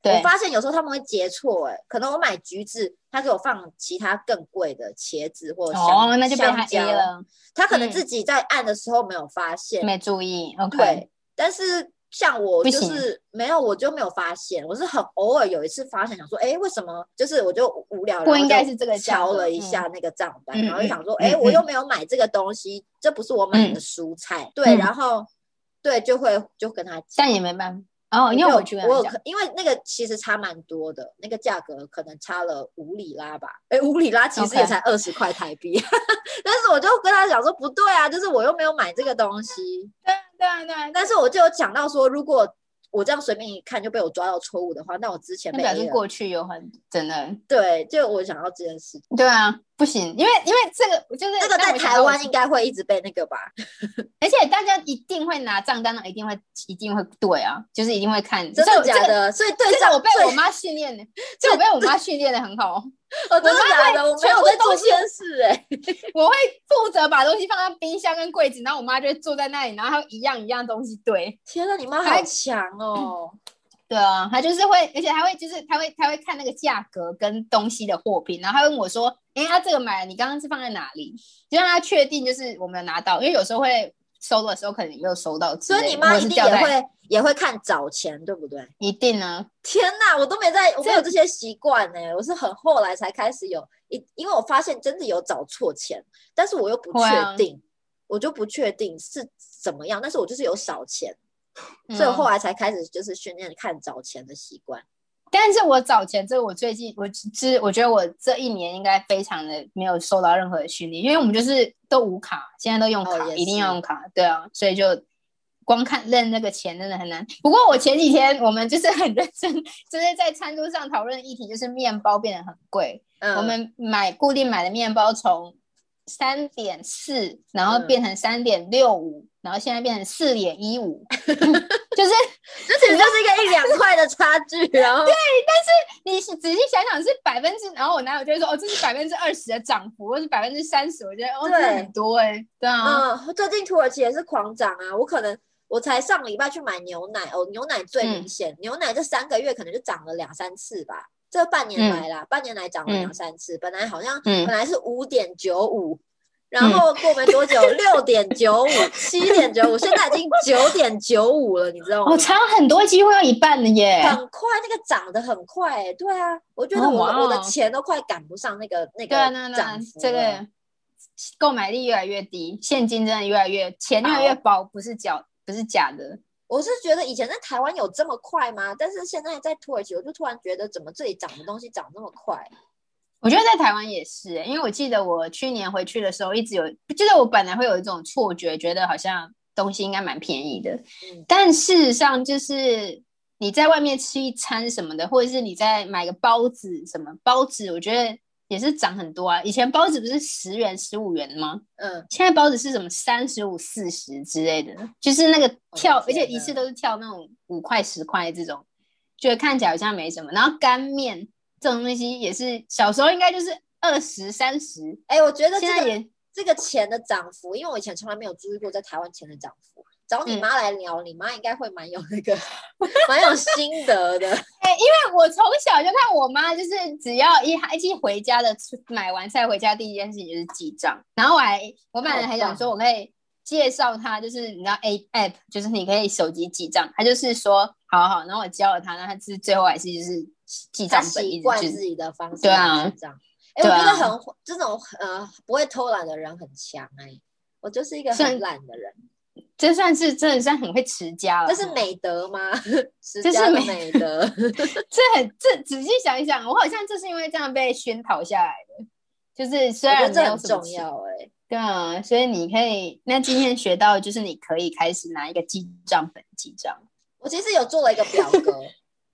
我对，发现有时候他们会结错，哎，可能我买橘子，他给我放其他更贵的茄子或香哦，那就被他香蕉，A 了，他可能嗯自己在按的时候没有发现，没注意。对 OK，，但是像我不就行是没有，我就没有发现，我是很偶尔有一次发现，想说，哎，为什么？就是我就无聊，不然后应该就是这个价瞧格了一嗯下那个账单，嗯然后就嗯想说，嗯哎，我嗯又没有买这个东西，这不是我买的蔬菜，对，嗯然后对，就会就跟他讲。但也没办法。哦，我因为就我觉得我有可，因为那个其实差蛮多的，那个价格可能差了五里拉吧，哎，五里拉其实也 OK 才二十块台币， 但是我就跟他讲说不对啊，就是我又没有买这个东西，对啊对啊对啊，但是我就有讲到说，如果我这样随便一看就被我抓到错误的话，那我之前那被表 A 示了过去有很真的对，就我想到这件事，对啊，不行，因为因为这个就是嗯这个让在我想台到我湾应该会一直被那个吧，而且大家一定会拿账单的，一定会一定会对啊，就是一定会看。真所以的我假这个？的？所以对这照个我被最我妈训 练的，这个我被我妈训练的很好。哦真的假的？我没全有部在都做是这件事哎，我会负责把东西放在冰箱跟柜子，然后我妈就会坐在那里，然后她会一样一样东西对。天啊呐，你妈还好强哦！对啊，她就是会，而且她会就是她会她会看那个价格跟东西的货品，然后她会问我说：“哎、她这个买了，你刚刚是放在哪里？”就让她确定就是我没有拿到，因为有时候会收的时候可能你没有收到之所类的，以你妈或者一是定掉也在会也会看找钱，对不对？一定啊呢。天呐，我都没在，我没这有这些习惯呢。我是很后来才开始有，因因为我发现真的有找错钱，但是我又不会啊确定，我就不确定是怎么样，但是我就是有少钱，嗯所以我后来才开始就是训练看找钱的习惯。但是我早前这我最近我是我觉得我这一年应该非常的没有受到任何的训练，因为我们就是都无卡，现在都用卡，哦也是一定要用卡，对啊，所以就光看认那个钱真的很难。不过我前几天我们就是很认真，就是在餐桌上讨论议题，就是面包变得很贵，嗯，我们买固定买的面包从三点四，然后嗯变成三点六五，然后现在变成四点一五，就是。这其实就是一个一两块的差 距，然后你是仔细想想是百分之，然后我男友就会说哦，这是百分之二十的涨幅，或是百分之三十，我觉得哦，对这很多哎、对啊，嗯嗯，最近土耳其也是狂涨啊，我可能我才上礼拜去买牛奶哦，牛奶最嗯明显，牛奶这三个月可能就涨了两三次吧，这半年来啦，半年来涨了两三次，本来好像本嗯来是五点九五。然后过没多 久，六点九五、七点九五，现在已经九点九五了，你知道吗？哦，差很多，几乎要一半了耶。很快，那个涨得很快、欸，对啊，我觉得哦我的、哇哦我的钱都快赶不上那个那对啊，个那那涨幅了。这个购买力越来越低，现金真的越来越钱越来越薄，不是假不是假的。我是觉得以前在台湾有这么快吗？但是现在在土耳其，我就突然觉得怎么这里涨的东西涨那么快？我觉得在台湾也是、欸因为我记得我去年回去的时候，一直有，就是我本来会有一种错觉，觉得好像东西应该蛮便宜的，嗯但事实上就是你在外面吃一餐什么的，或者是你在买个包子什么包子，我觉得也是涨很多啊。以前包子不是十元、十五元吗？嗯，现在包子是什么三十五、四十之类的，就是那个跳，哦而天哪且一次都是跳那种五块、十块这种，觉得看起来好像没什么。然后干面这种东西也是小时候应该就是二十、三十，哎、我觉得这现在个也这个钱的涨幅，因为我以前从来没有注意过在台湾钱的涨幅。找你嗯妈来聊，你妈应该会蛮有那个 蛮有心得 的。我从小就看我妈，就是只要一一起回家的吃买完菜回家，第一件事情就是记账。然后我还我本来还想说，我可以介绍她，就是你知道 A app，就是你可以手机记账。她就是说，好好，然后我教了她，然后她是最后还是就是记他账本习一惯直自就是己的方式对啊来记账。哎、对我觉啊得很这种呃不会偷懒的人很强哎、我就是一个是很懒的人，这算是真的算很会持家了。这是美德吗？ 持嗯这是家的美美 德，这很这仔细想一想，我好像就是因为这样被熏陶下来的。就是虽我觉然得这没有很什么重钱要哎、对啊，所以你可以，那今天学到的就是你可以开始拿一个记账本记账。我其实有做了一个表 格，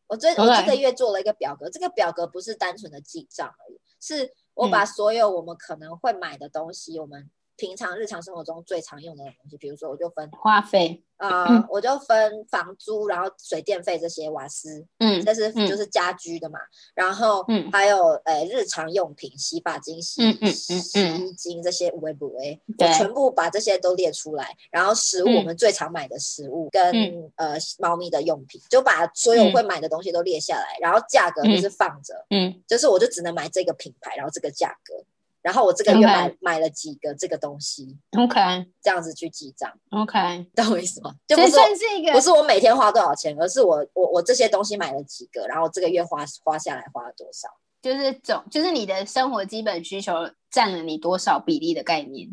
我最我 OK 这个月做了一个表格，这个表格不是单纯的记账而已，是我嗯把所有我们可能会买的东西，我们平常日常生活中最常用的东西，比如说我就分花费，呃，嗯我就分房租，然后水电费这些瓦斯，嗯这是嗯就是家居的嘛，然后嗯还有呃日常用品、洗发精、洗嗯嗯嗯洗衣精这些五味不味，对我全部把这些都列出来，然后食物嗯我们最常买的食物跟嗯呃猫咪的用品，就把所有嗯会买的东西都列下来，然后价格就是放着，嗯，就是我就只能买这个品牌，然后这个价格，然后我这个月 OK 买买了几个这个东西， ，OK 这样子去记账， OK，懂我意思吗？就不这是我算是一个不是我每天花多少钱，而是我我我这些东西买了几个，然后这个月花花下来花了多少。就是总就是你的生活基本需求占了你多少比例的概念，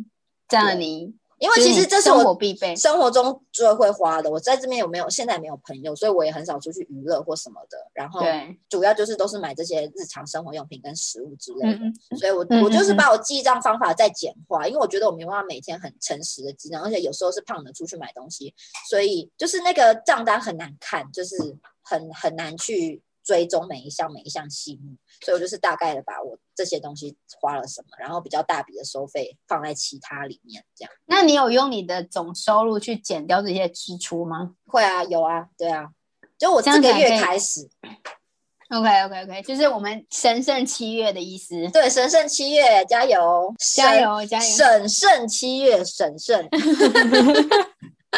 占了对你，因为就其你实这是生活我必备。生活中最会花的。我在这边有没有现在没有朋友，所以我也很少出去娱乐或什么的。然后对，主要就是都是买这些日常生活用品跟食物之类的。嗯所以我嗯嗯我就是嗯把我记账方法再简化，因为我觉得我没办法每天很诚实的记账，而且有时候是胖的出去买东西，所以就是那个账单很难看，就是很很难去追踪每一项每一项细目，所以我就是大概的把我这些东西花了什么，然后比较大笔的收费放在其他里面，这样那你有用你的总收入去减掉这些支出吗会啊，有啊，对啊，就我这这样个才月可以开始， ？OK OK OK，就是我们神圣七月的意思。对，神圣七月加油，加油加油！神，神圣七月，神 圣。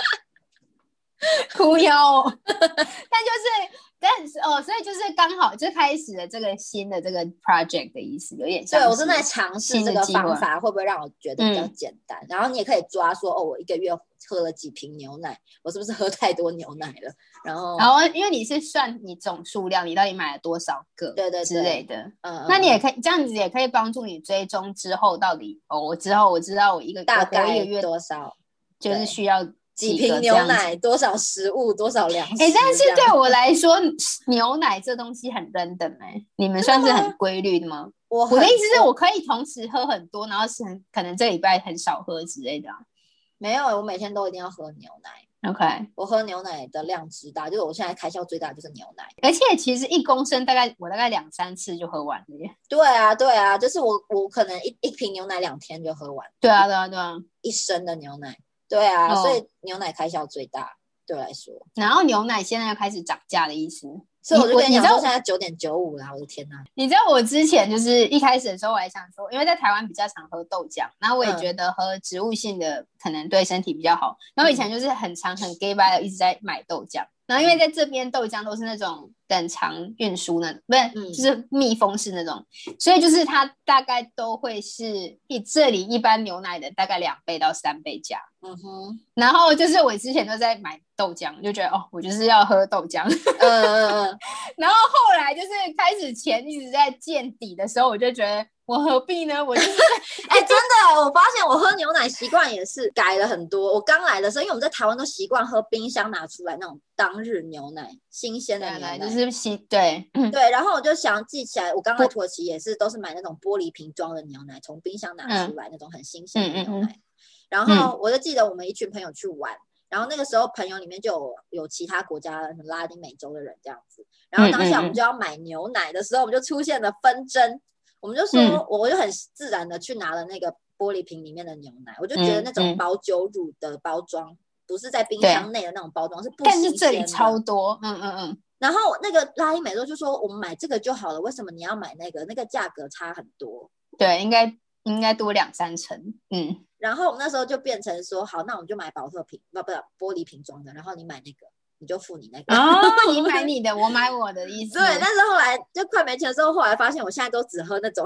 哭腰，但就是，但是哦，所以就是刚好就开始了这个新的这个 project 的意思，有点像对，是。我正在尝试这个方新的法，会不会让我觉得比较简单？然后你也可以抓说，哦，我一个月喝了几瓶牛奶，我是不是喝太多牛奶了？然后，然后，因为你是算你总数量，你到底买了多少个，对对对之类的。嗯，那你也也可以这样子，也可以帮助你追踪之后到底哦，我之后我知道我一个大我活概一个月多少就是对需要几个瓶这牛样子。奶，多少食物，多少粮食？哎、但是这样对我来说，牛奶这东西很 random 哎、你们算是吗很规律的吗？我我的很意思是我可以同时喝很多，然后是很可能这礼拜很少喝之类的啊、没有，我每天都一定要喝牛奶。 OK，我喝牛奶的量之大，就是我现在开销最大的就是牛奶。而且其实一公升大概我大概两三次就喝完了耶。对啊，对啊，就是我我可能一一瓶牛奶两天就喝完对啊，对啊，对啊。一升的牛奶。对啊，哦所以牛奶开销最大对我来说。然后牛奶现在又开始涨价的意思，所以我就我跟你你讲知道说，现在九点九五啦，我的 天哪！你知道我之前就是一开始的时候，我还想说，因为在台湾比较常喝豆浆，然后我也嗯觉得喝植物性的可能对身体比较好。然嗯后以前就是很常很 gay 吧的一直在买豆浆，然后因为在这边豆浆都是那种等长运输的，不嗯是就是密封式那种，所以就是它大概都会是比这里一般牛奶的大概两倍到三倍价。嗯哼，然后就是我之前都在买豆浆，就觉得哦，我就是要喝豆浆。 嗯嗯嗯嗯，然后后来就是开始钱一直在见底的时候，我就觉得我何必呢？我就是 哎、真的，我发现我喝牛奶习惯也是改了很多。我刚来的时候，因为我们在台湾都习惯喝冰箱拿出来那种当日牛奶，新鲜的本牛啊来奶，就是洗对，嗯对。然后我就想记起来，我刚来土耳其也是都是买那种玻璃瓶装的牛奶，从冰箱嗯拿出来、那种很新鲜的牛奶。然后我就记得我们一群朋友去玩。然后那个时候，朋友里面就有有其他国家什么拉丁美洲的人这样子。然后当下我嗯嗯们嗯就要买牛奶的时候，我们就出现了纷争。我们就说，嗯我我就很自然的去拿了那个玻璃瓶里面的牛奶，我就觉得嗯那种嗯保酒乳的包装、不是在冰箱内的那种包装，是不但新是鲜这里的超多，嗯嗯嗯，然后那个拉丁美洲就说，我们买这个就好了，为什么你要买那个？那个价格差很多。对，应该应该多两三成，嗯，然后我们那时候就变成说，好，那我们就买保特瓶，不不玻璃瓶装的，然后你买那个，你就付你那个。哦， 嗯你买你的，我买我的意思，对，但是后来就快没钱的时候，后来发现我现在都只喝那种，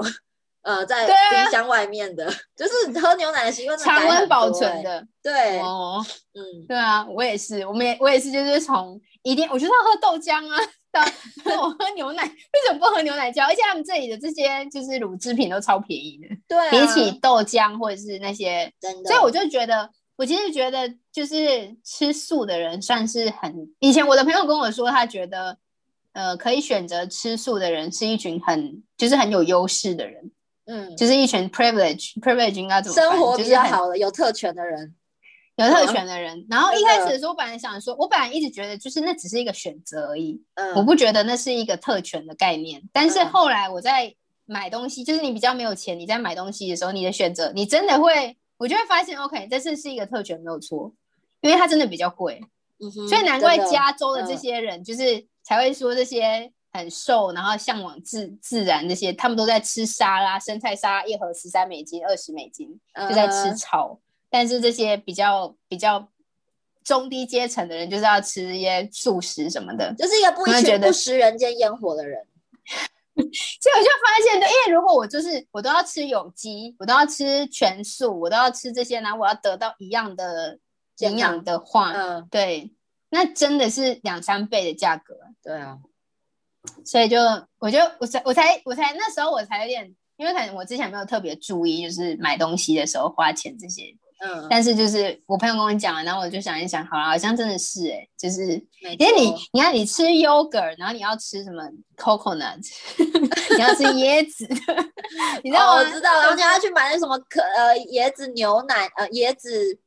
呃，在对啊冰箱外面的， 就是喝牛奶的习惯真的改很常多欸。温保存的，对，哦，嗯，对啊，我也是，我们也我也是，就是从一定我就是要喝豆浆啊， 到我喝牛奶，为什么不喝牛奶胶？而且他们这里的这些就是乳制品都超便宜的。对、啊，比起豆浆或者是那些，真的，所以我就觉得，我其实觉得就是吃素的人算是很，以前我的朋友跟我说，他觉得，呃，可以选择吃素的人是一群很就是很有优势的人，嗯，就是一群 privilege privilege 应该怎么翻生活就比是较很好的、有特权的人，有特权的人。然后一真开的始的时候，我本来想说，我本来一直觉得就是那只是一个选择而已，嗯，我不觉得那是一个特权的概念，但是嗯后来我在买东西，就是你比较没有钱，你在买东西的时候，你的选择，你真的会，我就会发现，OK，这次是一个特权没有错，因为它真的比较贵，嗯哼所以难怪真的加州的这嗯些人，就是才会说这些很瘦，然后向往自自然这些，他们都在吃沙拉，生菜沙拉一盒十三美金、二十美金，呃就在嗯吃草，但是这些比较比较中低阶层的人，就是要吃一些素食什么的。就是一个不一我也觉群得不食人间烟火的人。所以我就发现，对，因为如果我就是我都要吃有机，我都要吃全素，我都要吃这些，然后我要得到一样的健康营养的话，嗯，对，那真的是两三倍的价格。对啊，所以就我就我才我才我才那时候我才有点，因为可能我之前没有特别注意，就是买东西的时候花钱这些，嗯，但是就是我朋友跟我讲了，然后我就想一想，好了，好像真的是哎、就是没因为你错，你看你吃 yogurt，然后你要吃什么 coconut，你要吃椰子， 你知道哦吗？我知道，然后你要去买那什么可呃椰子牛奶呃椰子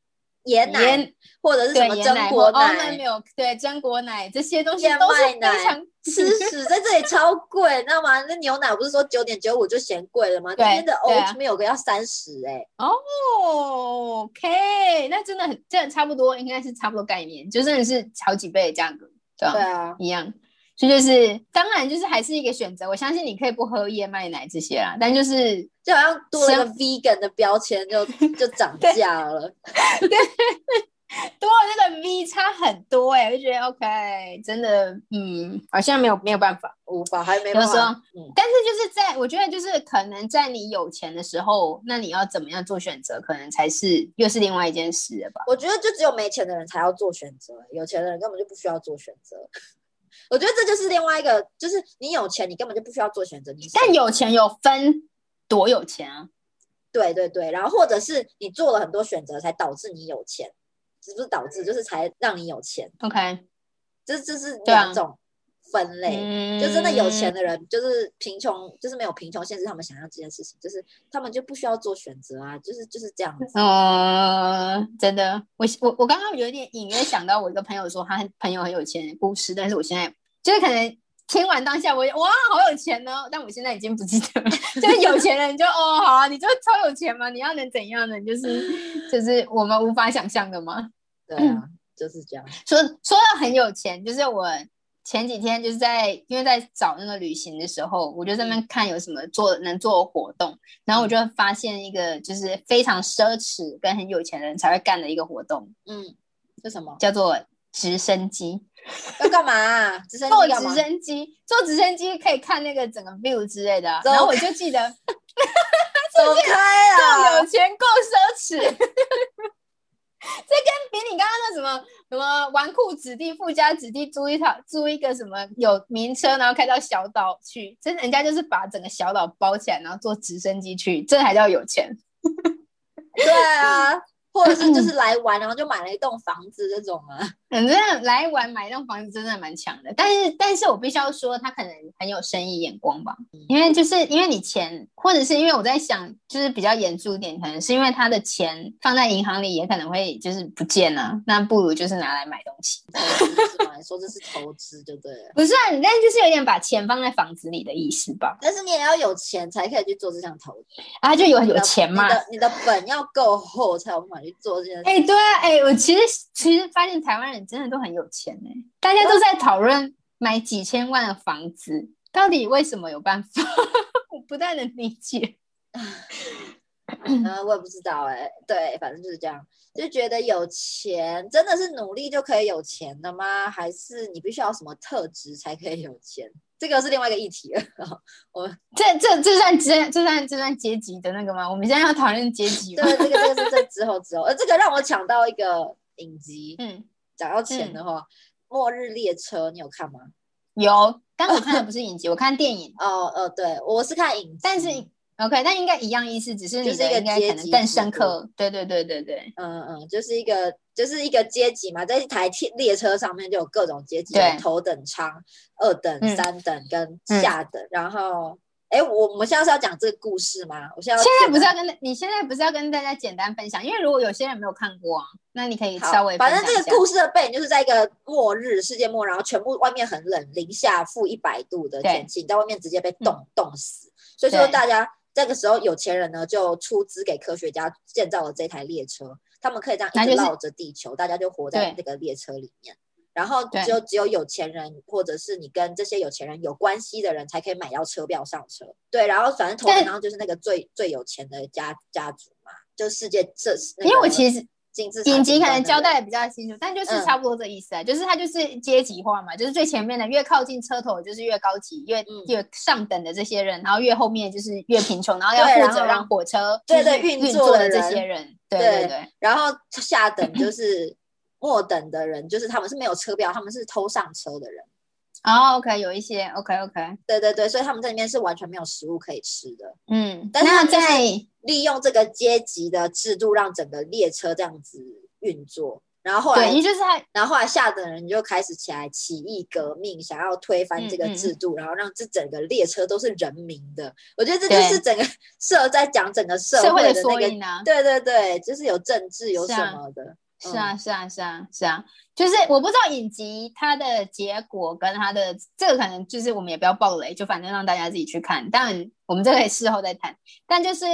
椰奶椰或者是什对么椰哦榛果或 almond 奶、 milk，对榛果奶这些东西燕都是麦非奶常吃屎在这里超贵，你知道吗？那牛奶不是说九点九五就嫌贵了吗？对那边的对啊 oat milk 要三十哎，哦，OK，那真的很真的差不多，应该是差不多概念，就真的是好几倍的价格，对吧对啊，一样。所以就是，当然就是还是一个选择。我相信你可以不喝燕麦奶这些啦，但就是就好像多了一个生 vegan 的标签就就 涨价了。多了那个 V 差很多哎、我就觉得 OK，真的，嗯，好像没有没有办法。无法，还没有办时候法，嗯，但是就是在我觉得就是可能在你有钱的时候，那你要怎么样做选择，可能才是又是另外一件事了吧。我觉得就只有没钱的人才要做选择，有钱的人根本就不需要做选择。 我觉得这就是另外一个，就是你有钱，你根本就不需要做选择。你但有有钱有分多有钱啊，对对对，然后或者是你做了很多选择，才导致你有钱，是不是导致就是才让你有钱？ OK，这这是对啊两种分类。嗯就真的有钱，的人，就是贫穷，就是没有贫穷限制他们想要这件事情，就是他们就不需要做选择啊，就是就是这样嗯子。 呃，真的，我我我刚刚有点隐约想到我一个朋友说他很朋友很有钱的故事，但是我现在就是可能听完当下我也哇好有钱哦，但我现在已经不记得了， 就是有钱人就哦好啊，你就超有钱嘛，你要能怎样呢？就是就是我们无法想象的嘛。对啊，就是这样。说说到很有钱，就是我前几天就是在因为在找那个旅行的时候，我就嗯在那边看有什么做能做的活动，然后我就发现一个就是非常奢侈跟很有钱人才会干的一个活动，嗯，这什么？叫做直升机。要干嘛啊、直升坐机干直嘛？升机，坐直升机可以看那个整个 view 之类的啊。走然后我就记得走开够啊！有钱够奢侈，这 跟比你刚刚那什么什么纨绔子弟、富家子弟租一套租一个什么有名车，然后开到小岛去，真人家就是把整个小岛包起来，然后坐直升机去，这才叫有钱。对啊，或者是就是来玩，然后就买了一栋房子这种啊。嗯，真的来玩买一栋房子真的蛮强的，但是但是我必须要说，他可能很有生意眼光吧，因为就是因为你钱，或者是因为我在想，就是比较严肃一点，可能是因为他的钱放在银行里也可能会就是不见啊，那不如就是拿来买东西，投资是吗？你说这是投资，对不对了？不是、啊，但就是有点把钱放在房子里的意思吧，但是你也要有钱才可以去做这项投资，啊，就有有钱嘛你，的你的本要够厚，才有办法去做这件事。哎、对啊，哎、我其实其实发现台湾人真的都很有钱哎、大家都在讨论买几千万的房子，到底为什么有办法？ 我不太能理解。嗯，我也不知道哎、对，反正就是这样，就觉得有钱真的是努力就可以有钱的吗？还是你必须要有什么特质才可以有钱？这个是另外一个议 题了。这这这算这这算这算阶级的那个吗？我们现在要讨论阶级吗？对，这个这个是这之后之后，呃，这个让我想到一个影集，嗯，讲到钱的话，末日列车》你有看吗？有，但我看的不是影集，我看电影。哦哦，对，我是看影集，但是 OK，但应该一样意思，只是你就是一的个应该可阶能级更制深度刻。对对对对对嗯嗯，就是一个就是一个阶级嘛，在一台铁列车上面就有各种阶级，对有头等舱、二等、嗯三等跟嗯下等。然后，哎，我我们现在是要讲这个故事吗？我现在现在不是讲要跟你现在不是要跟大家简单分享，因为如果有些人没有看过啊，那你可以好稍微分反享正一这个下故事的背景就是在一个末日世界末，然后全部外面很冷，零下负一百度的天气，你在外面直接被冻、冻死。所以说嗯对大家这个时候有钱人呢就出资给科学家建造了这台列车，他们可以这样那一直就是绕着地球，大家就活在这个列车里面。然后对只有只有有钱人，或者是你跟这些有钱人有关系的人，才可以买到车票上车。对，然后反正头但等舱就是那个最最有钱的家家族嘛，就世界这、那因为我个其实金字塔影集顶可端能的交人代的比较清楚，但就是嗯差不多这意思啊，就是它就是阶级化嘛，就是最前面的越靠近车头的就是越高级，越、嗯越上等的这些人，然后越后面就是越贫穷，然后要对然负后责让火车对对就是运运作作的的这人些人，对对对对，然后下等就是 末等的人，就是他们是没有车票，他们是偷上车的人。哦，OK，有一些 OK OK，对对对，所以他们在里面是完全没有食物可以吃的，嗯，但是它那就是在利用这个阶级的制度让整个列车这样子运作。然后后对，来也，就是它然后后来下等人就开始起来起义革命，想要推翻嗯这个制度，然后让这整个列车都是人民的。我觉得这就对是整个 社在讲整个社社会会的的那缩个，影啊，对对对，就是有政治有是什啊么的。是嗯啊，是啊，是啊，是啊，就是我不知道影集它的结果跟它的这个可能就是我们也不要暴雷，就反正让大家自己去看。但我们这个也事后再谈。但就是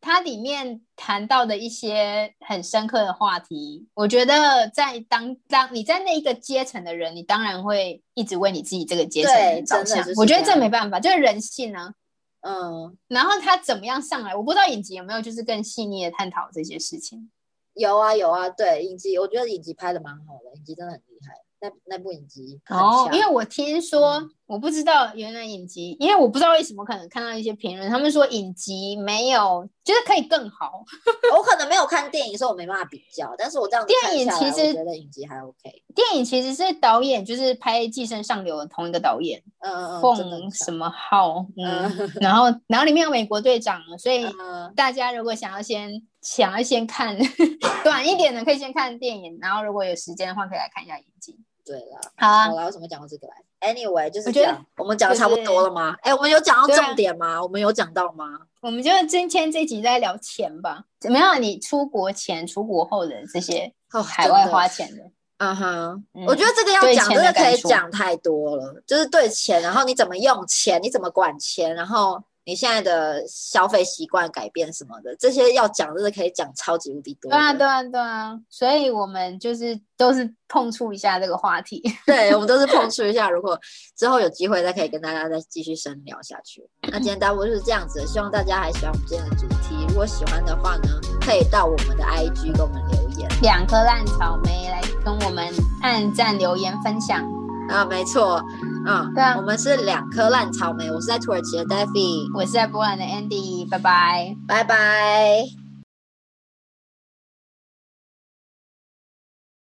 它里面谈到的一些很深刻的话题，我觉得在当当你在那一个阶层的人，你当然会一直为你自己这个阶层的对人着真的想就是。我觉得这样这没办法，就是人性啊。嗯，然后他怎么样上来，我不知道影集有没有就是更细腻的探讨这些事情。有啊有啊，对影集，我觉得影集拍的蛮好的，影集真的很厉害。那那部影集很哦，强因为我听说，嗯我不知道原来影集，因为我不知道为什么，可能看到一些评论，他们说影集没有，就是可以更好。我可能没有看电影，所以我没办法比较。但是我这样子看电影下来其实我觉得影集还 OK。电影其实是导演就是拍《寄生上流》的同一个导演，嗯嗯嗯，真的很凤什强么浩，嗯，嗯 然后然后里面有美国队长，所以嗯大家如果想要先想要先看 短一点的，可以先看电影，然后如果有时间的话，可以来看一下影集。对了，好啊好，了，为什么讲到这个来？Anyway，就是我这觉得样，我们讲的就差不多是了吗？哎，我们有讲到对啊重点吗？我们有讲到吗？我们就今天这集在聊钱吧，怎么样？你出国前、出国后的这些哦，海真外的花钱的，嗯哼，嗯我觉得这个要对讲，钱真的的可以感触讲太多了，就是对钱，然后你怎么用钱，你怎么管钱，然后你现在的消费习惯改变什么的，这些要讲真的可以讲超级无敌多。对啊，对啊，对啊，所以我们就是都是碰触一下这个话题。 对，我们都是碰触一下，如果之后有机会再可以跟大家再继续深聊下去。那今天大部就是这样子，希望大家还喜欢我们今天的主题。如果喜欢的话呢，可以到我们的 IG 跟我们留言。两颗烂草莓来跟我们按赞、留言、分享。啊，没错，嗯，对啊我们是两颗烂草莓，我是在土耳其的 d e f i 我是在波兰的 Andy，拜拜。拜拜。